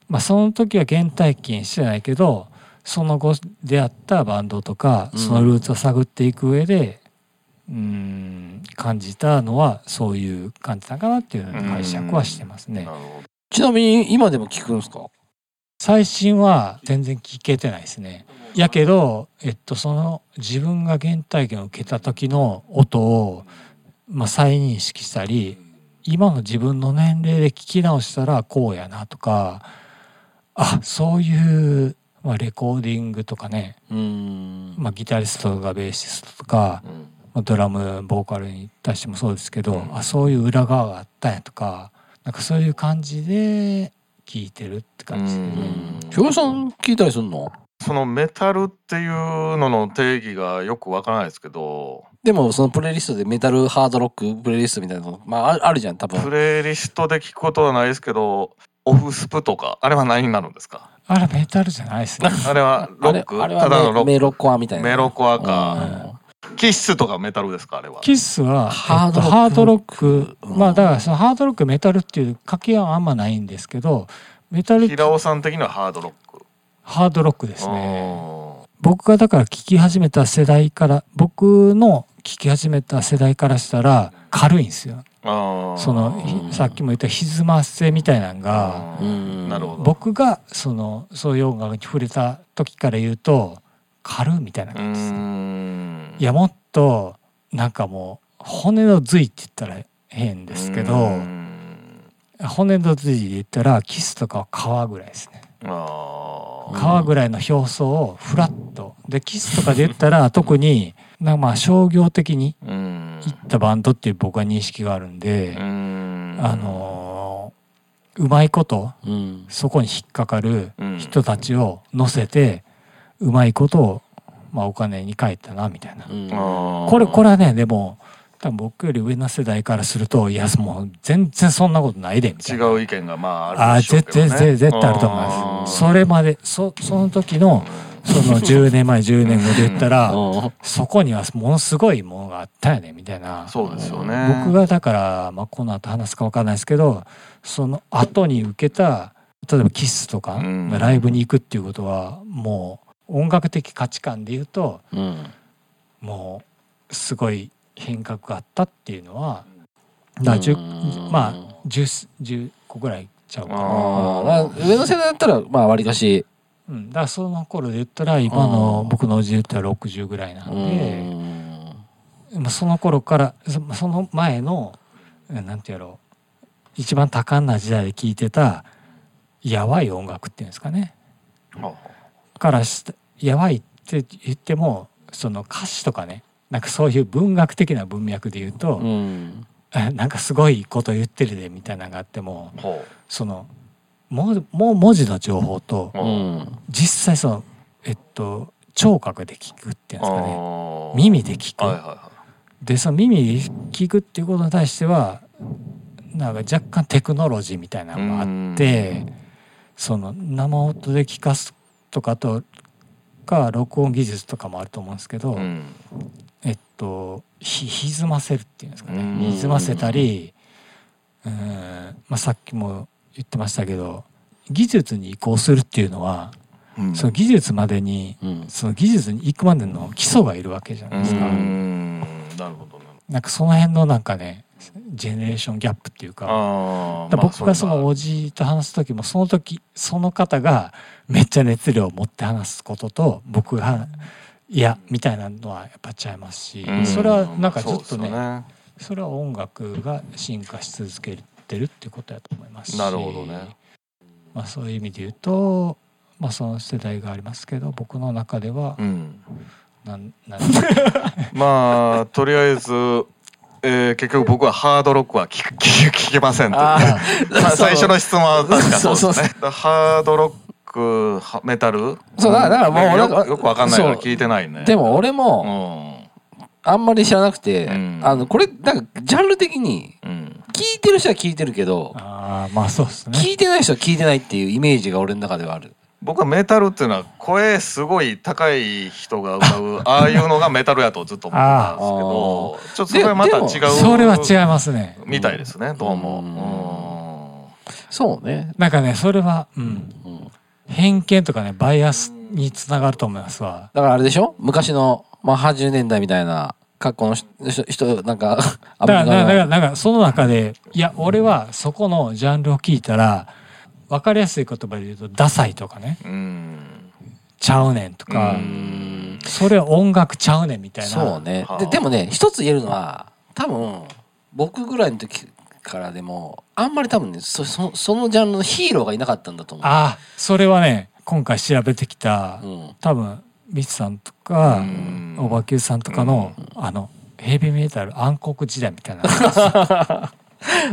S3: まあ、その時は原体験してないけどその後出会ったバンドとか
S2: うん
S3: そのルーツを探っていく上で、うん、感じたのはそういう感じなのかなっていう解釈はしてますね。
S1: なるほ
S2: ちなみに今でも聞くんですか
S3: 最新は全然聞けてないですね。やけど、えっと、その自分が原体験を受けた時の音を、まあ、再認識したり今の自分の年齢で聞き直したらこうやなとかあそういう、まあ、レコーディングとかね、
S2: うん
S3: まあ、ギタリストとかベーシストとか、
S1: どうん
S3: まあ、ドラムボーカルに対してもそうですけど、あそういう裏側があったんやとかなんかそういう感じで聞いてるって感じですね。
S1: うん
S2: ひょうさん聞いたりすんの
S1: そのメタルっていうのの定義がよくわからないですけど
S2: でもそのプレイリストでメタルハードロックプレイリストみたいなのまああるあるじゃん多
S1: プ
S2: 分
S1: レイリストで聞くことはないですけどオフスプとかあれは何になるんですか
S3: あれメタルじゃないですね。
S1: あれ はロックた
S2: あれあれ
S1: だ
S2: は
S1: のロック
S2: メロコアみたいな
S1: メロコアか、
S2: うん
S1: キッスとかメタルですかあれは
S3: キスは
S2: ハ
S3: ハ
S2: ードロック
S3: ードロック、
S2: うん
S3: まあだからそのハードロックメタルっていう掛け合いはあんまないんですけどメタル
S1: 平尾さん的にはハードロック
S3: ハードロックで
S1: です
S3: ね僕がだから聞き始めた世代から僕の聞き始めた世代からしたら軽いんですよその
S2: うん
S3: ひさっきも言った歪ませみたいなのが
S2: うん
S1: なるほど
S3: 僕がそのそういう音楽に触れた時から言うと軽いみたいな
S1: う
S3: 感じですね
S1: ん
S3: いやもっとなんかもう骨の髄って言ったら変ですけ
S1: う
S3: ど
S1: ん
S3: 骨の髄で言ったらキスとかは皮ぐらいですね
S1: あー
S3: 皮ぐらいの表層をフラッとでキスとかで言っ たら特になんかまあ商業的に
S1: うん
S3: いったバンドっていう僕は認識があるん
S1: う
S3: で、
S1: ん
S3: あのーうまいこと
S2: うん
S3: そこに引っかかる
S1: うん
S3: 人たちを乗せてうまいことを、まあ、お金に変えたなみたいな
S2: う。ん
S1: あー
S3: これこれはねでも多分僕より上の世代からするといやもう全然そんなことないでみた
S1: 違
S3: いな。
S1: う意見がまあ
S3: あ
S1: あ
S3: あ
S1: るでしょう
S3: 絶
S1: けど、ね、
S3: 対絶対絶対あると思います。それまでそその時の
S1: う。
S3: その10年前10年後で言ったら
S2: うん
S3: そこにはものすごいものがあったよねみたいなん
S1: そうですよね
S3: 僕がだから、まあ、この後話すか分かんないですけどその後に受けた例えばキスとか
S1: うん
S3: ライブに行くっていうことはもう音楽的価値観で言うと
S2: うん
S3: もうすごい変革があったっていうのはだから
S2: うん
S3: 10まあ 10, 10個ぐらいちゃうか
S1: あ
S3: な、
S1: ー
S2: あー上の世代だったらまあわりかし
S3: うん、だからその頃で言ったら今
S2: う
S3: の
S2: ん
S3: 僕のおじで言ったら60ぐらいな
S2: うん
S3: で、
S2: ん
S3: まあ、その頃からそその前のうんなんてやろう一番多感な時代で聴いてたやばい音楽っていうんですかね
S1: は
S3: からしてやばいって言ってもその歌詞とかねなんかそういう文学的な文脈で言うと、
S2: うん
S3: あ なんかすごいこと言ってるでみたいなのがあっても
S1: あほ
S3: そのもうもう文字の情報と
S1: う
S2: うん
S3: 実際そのえっと聴覚で聞くっていうんですかね
S1: あー
S3: 耳で聞
S1: はいはい
S3: く
S1: は
S3: でその耳で聞くっていうことに対してはなんか若干テクノロジーみたいなのがあってその生音で聞かすとかとか録音技術とかもあると思うんですけど、
S1: いうん
S3: えっとひ歪ませるっていうんですかね
S2: うん
S3: 歪ませたりうん、まあ、さっきも言ってましたけど技術に移行するっていうのは
S1: うん
S3: その技術までに
S2: うん
S3: その技術に行くまでの基礎がいるわけじゃな
S1: う
S3: いですか。
S1: んなるほどね
S3: なんかその辺のなんかねジェネレーションギャップっていうか
S1: あ
S3: だから僕がその
S1: お
S3: おじいと話す時もその時その方がめっちゃ熱量を持って話すことと僕がいやみたいなのはやっぱちゃいますしそれはなんかちょっとねそれは音楽が進化し続けてるっていうことだと思いますし
S1: なるほどね
S3: まあ、そういう意味で言うと、まあ、その世代がありますけど僕の中では
S1: うん
S3: なんなん
S1: まあとりあえず、えー、結局僕はハードロックは聞く聞く聞けませんという
S2: あ ー
S1: さ
S2: そう
S1: 最初の質問は確かそう
S2: そう
S1: です
S2: そう
S1: ねだハードロックはメタル
S2: そうだからだからもう
S1: よ
S2: なんか
S1: よくわかんないから
S2: そう
S1: 聞いてないね
S2: でも俺
S1: う
S2: もあんまり知らなくて、
S1: うん
S2: あのこれなんかジャンル的に
S1: んうん
S2: 聞いてる人は聞いてるけど、
S3: あーまあそうですね
S2: 聞いてない人は聞いてないっていうイメージが俺の中ではある。
S1: 僕はメタルっていうのは声すごい高い人が歌 うああいうのがメタルやとずっと思ってたんですけどちょっとそれはまた違う
S2: で
S3: それは違いますね
S1: みたいですねどうも
S2: そうね。
S3: なんかねそれはうん
S2: うん
S3: 偏見とかねバイアスにつながると思いますわ
S2: だからあれでしょ昔の、まあ、80年代みたいな格好の人人人なんかア
S3: だからだからなんかその中でいや俺はそこのジャンルを聞いたら分かりやすい言葉で言うと「ダサい」とかね
S1: うんうん
S3: 「ちゃうねん」とか
S1: うん
S3: それは音楽ちゃうねんみたいな
S2: そうね
S1: はあ
S2: ででもね一つ言えるのは多分僕ぐらいの時からでもあんまり多分ねそそそのジャンルのヒーローがいなかったんだと思う。
S3: ああそれはね今回調べてきた、
S2: うん
S3: 多分ミツさんとか、
S1: うん
S3: おばきゅうさんとかの、あのヘビーメタル暗黒時代 みたいな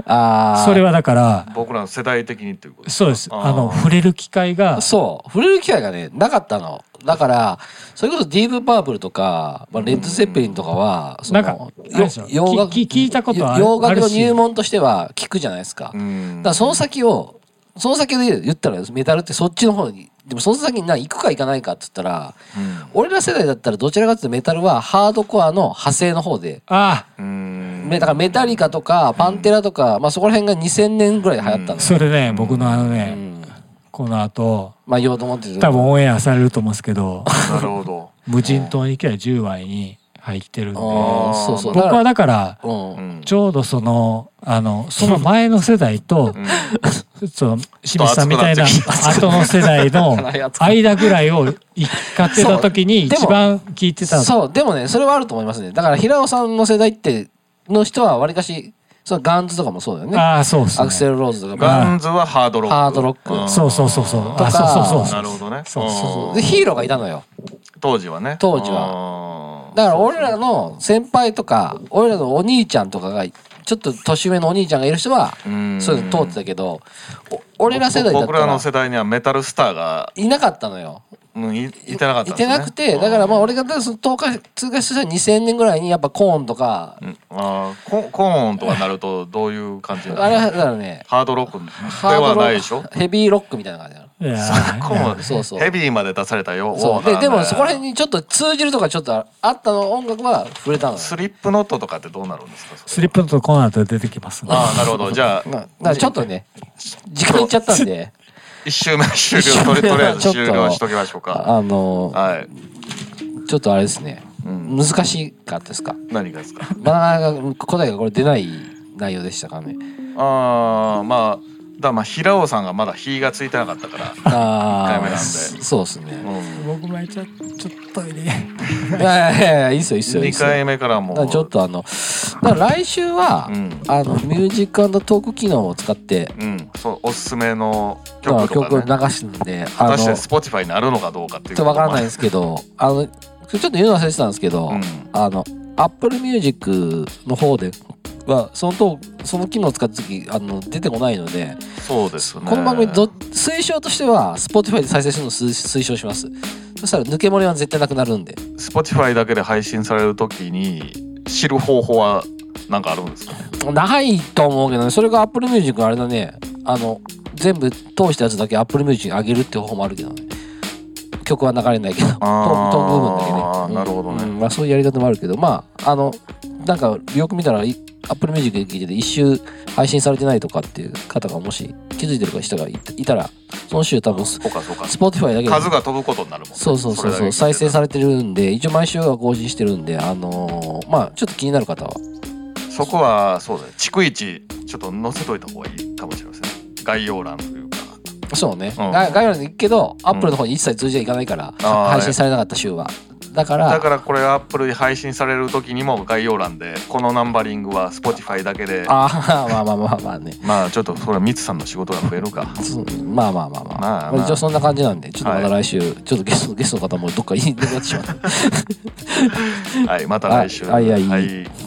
S2: あ
S3: それはだから
S1: 僕らの世代的にっていうこと
S3: そうです
S1: あー
S3: あの触れる機会が
S2: はそう触れる機会がねなかったのだからそれこそディーブ・パープルとか、まあ、レッド・ゼッペリンとかはそ
S3: なんかあれでしょ
S2: 洋楽
S3: きき聞いたことはある
S2: 洋
S3: あ
S2: 楽
S3: る
S2: の
S3: し
S2: 入門としては聞くじゃないですか。
S1: うん
S2: だからその先をその先で言ったらメタルってそっちの方にでもその先にな行くか行かないかって言ったら俺ら世代だったらどちらかというとメタルはハードコアの派生の方で
S3: あ
S1: うんうん
S2: めだからメタリカとかパンテラとか、まあ、そこら辺が2000年ぐらい流行ったん
S3: あ
S2: ですよ、
S3: それね僕のあのね、
S2: うん
S3: この後
S2: まあ言おうと思ってる
S3: 多分オンエアされると思うんですけ ど
S1: なるほど
S3: 無人島に行けば10割に入ってるんで
S2: ああそうそう
S3: 僕
S2: だか
S3: は
S2: ら
S3: だから
S2: うん
S1: うん
S3: ちょうどそのあのその前の世代と
S1: うん
S3: その清水さんみたいな後の世 代の間ぐらいを一かってた時に
S2: そうでも
S3: 一番聞いてた
S2: そうでもねそれはあると思いますねだから平尾さんの世代っての人はわりかしそのガンズとかもそうだよね
S3: ああそうっ
S2: アク
S3: す
S2: セ
S3: ね
S2: ル・ローズとかも
S1: ガンズはハードロック
S2: ハードロック
S1: ん
S3: そうそうそうそう
S2: とか
S3: あそうそう
S1: な
S3: そう
S1: る
S3: そう
S1: ほどね
S3: そうそうそ
S2: でヒーローがいたのよ
S1: うん当時はね
S2: 当時
S1: は
S2: だから俺らの先輩とか俺らのお兄ちゃんとかがちょっと年上のお兄ちゃんがいる人はそういうの通ってたけどお俺ら世代だった
S1: 僕らの
S2: ら
S1: 世代にはメタルスターが
S2: いなかったのよ
S1: うんいいてなかったん
S2: い
S1: です
S2: て
S1: ね
S2: なくてだからまあ俺がその通過通過した2000年ぐらいにやっぱコーンとか
S1: うんあーココーンとかなるとどういう感じに
S2: あ
S1: な
S2: れ
S1: る
S2: はだからね
S1: ハードロック
S2: ハ
S1: で
S2: ー
S1: は
S2: ドロ
S1: ないでしょ
S2: ックヘビーロックみたいな感じなの
S3: ういや
S1: コーン
S2: そうそう
S1: ヘビーまで出されたよ
S2: そうででもそこら辺
S1: に
S2: にちょっと通じるとかちょっとああったの音楽は触れたのよ
S1: スリップノットとかってどうなるんですかそれ
S3: スリップノットとコーナーと出てきますね
S1: ああなるほどじゃ
S2: まあ
S1: あ
S2: だからちょっとね時間いっちゃったんで
S1: 一周目終
S2: 一周
S1: 了とり
S2: 目は
S1: とりあえ
S2: ちょ
S1: ず
S2: っと
S1: 終了しときましょうか
S2: ああの
S1: はい
S2: ちょっとあれですね、
S1: うん
S2: 難しかったですか
S1: 何がですか
S2: まあなかなか答えがこれ出ない内容でしたからね
S1: ああまあだからまあ平尾さんがまだ火がついてなかったから
S2: あ
S1: 一回目なん
S2: あ
S1: で
S2: そうですね
S1: う
S3: 僕もちょっとトイレ
S2: いやいやいやいいっすよいいっすよいいっ
S1: 2
S2: すよ
S1: 回目から
S2: だ
S1: も
S2: からちょっとあのだから来週は、
S1: うん
S2: あのミュージックトーク機能を使って
S1: うんそうおすすめの
S2: まあ
S1: 曲と
S2: 曲を
S1: か
S2: 流
S1: ね
S2: すんで
S1: 果
S2: あの
S1: たし
S2: ち
S1: て
S2: ょ
S1: Spotify になるのかどうかっていう
S2: っとわからないんですけどあのちょっと言うの忘れてたんですけど、
S1: うん
S2: あの Apple Music の方ではそのとその機能を使った時あの出てこないので
S1: そうですね
S2: この番組ど推奨としては Spotify で再生するのを推推奨しますそしたら抜け漏れは絶対なくなるんで
S1: Spotify だけで配信されるときに知る方法はなんかあるんですかね
S2: ないと思うけどねそれが Apple Music のあれだねあの全部通したやつだけ Apple Music に上げるって方法もあるけどね曲は流れないけどトークトーク部分だけね、
S1: あー
S2: うん
S1: なるほどね
S2: うんまあそういうやり方もあるけどまああのなんかよく見たらい Apple Music で聞いてて一周配信されてないとかっていう方がもし気づいてる人がいいたらその週多分ス
S1: そうかそうか
S2: Spotify だけで
S1: 数が飛ぶことになるもんね
S2: そうそうそうそう再生されてるんで一応毎週は更新してるんであのーまあちょっと気になる方は
S1: れそこはそうだね逐一ちょっと載せといた方がいいかもしれません概要欄というか
S2: そうね、
S1: うん
S2: が概要欄に行くけど Apple の方に一切通じていかないから、
S1: あー
S2: 配信されなかった週はだから
S1: だからこれアップルで配信される時にも概要欄でこのナンバリングは Spotify だけで
S2: ああまあまあまあまあね
S1: まあちょっとそれはミツさんの仕事が増えるか
S2: そうまあまあまあまあ、
S1: まあまあ
S2: まあ一応そんな感じなんでちょっとまた
S1: は
S2: 来週、ちょっとゲストゲストの方もどっかいなくなってしまった
S1: はいまた来週
S2: はいはいはい
S1: はい